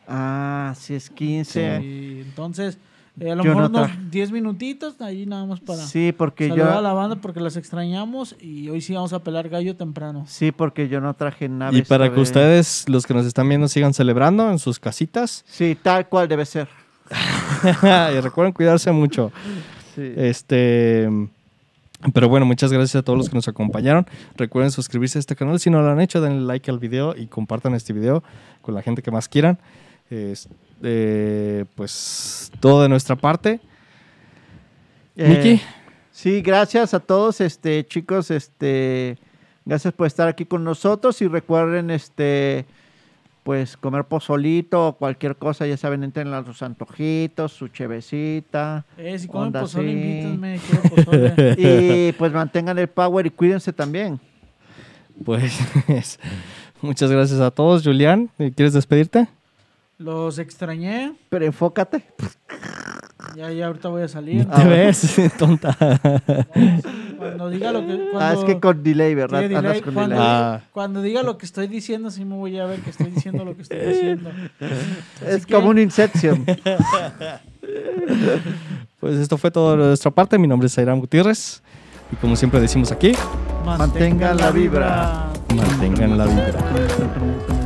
Speaker 3: Ah, sí es 15. Sí,
Speaker 2: Y entonces, eh, a lo
Speaker 3: Yo
Speaker 2: mejor
Speaker 3: no tra-
Speaker 2: unos 10 minutitos ahí nada más para
Speaker 3: porque
Speaker 2: saludar a
Speaker 3: yo
Speaker 2: la banda porque las extrañamos y hoy sí vamos a pelar gallo temprano.
Speaker 3: Sí, porque yo no traje nada.
Speaker 1: Y para que ustedes, los que nos están viendo, sigan celebrando en sus casitas.
Speaker 3: Sí, tal cual debe ser.
Speaker 1: y recuerden cuidarse mucho.
Speaker 3: Sí.
Speaker 1: Este. Pero bueno, muchas gracias a todos los que nos acompañaron. Recuerden suscribirse a este canal si no lo han hecho, denle like al video y compartan este video con la gente que más quieran. Este, pues todo de nuestra parte.
Speaker 3: Eh,
Speaker 1: Miki,
Speaker 3: Sí, gracias a todos, este chicos, este gracias por estar aquí con nosotros y recuerden este pues comer pozolito o cualquier cosa, ya saben, entren a los antojitos, su chevecita.
Speaker 2: Eh, si comen
Speaker 3: Onda,
Speaker 2: pozole,
Speaker 3: sí.
Speaker 2: invítenme, quiero pozole.
Speaker 3: Y pues mantengan el power y cuídense también.
Speaker 1: pues muchas gracias a todos. Julián, ¿quieres despedirte?
Speaker 2: Los extrañé,
Speaker 3: Pero enfócate.
Speaker 2: ya, ya ahorita voy a salir.
Speaker 3: Ah.
Speaker 1: Te ves, tonta.
Speaker 2: Cuando diga lo que... Cuando...
Speaker 3: Ah, es que con delay, ¿verdad?
Speaker 2: tiene
Speaker 3: Andas
Speaker 2: delay,
Speaker 3: con
Speaker 2: cuando,
Speaker 3: delay.
Speaker 1: Ah.
Speaker 2: cuando diga lo que estoy diciendo, sí me voy a ver que estoy diciendo lo que estoy diciendo.
Speaker 3: es
Speaker 2: que-
Speaker 3: como un Inception.
Speaker 1: Pues esto fue todo de nuestra parte. Mi nombre es Airam Gutiérrez. Y como siempre decimos aquí,
Speaker 3: Mantengan la vibra.
Speaker 1: mantengan la vibra.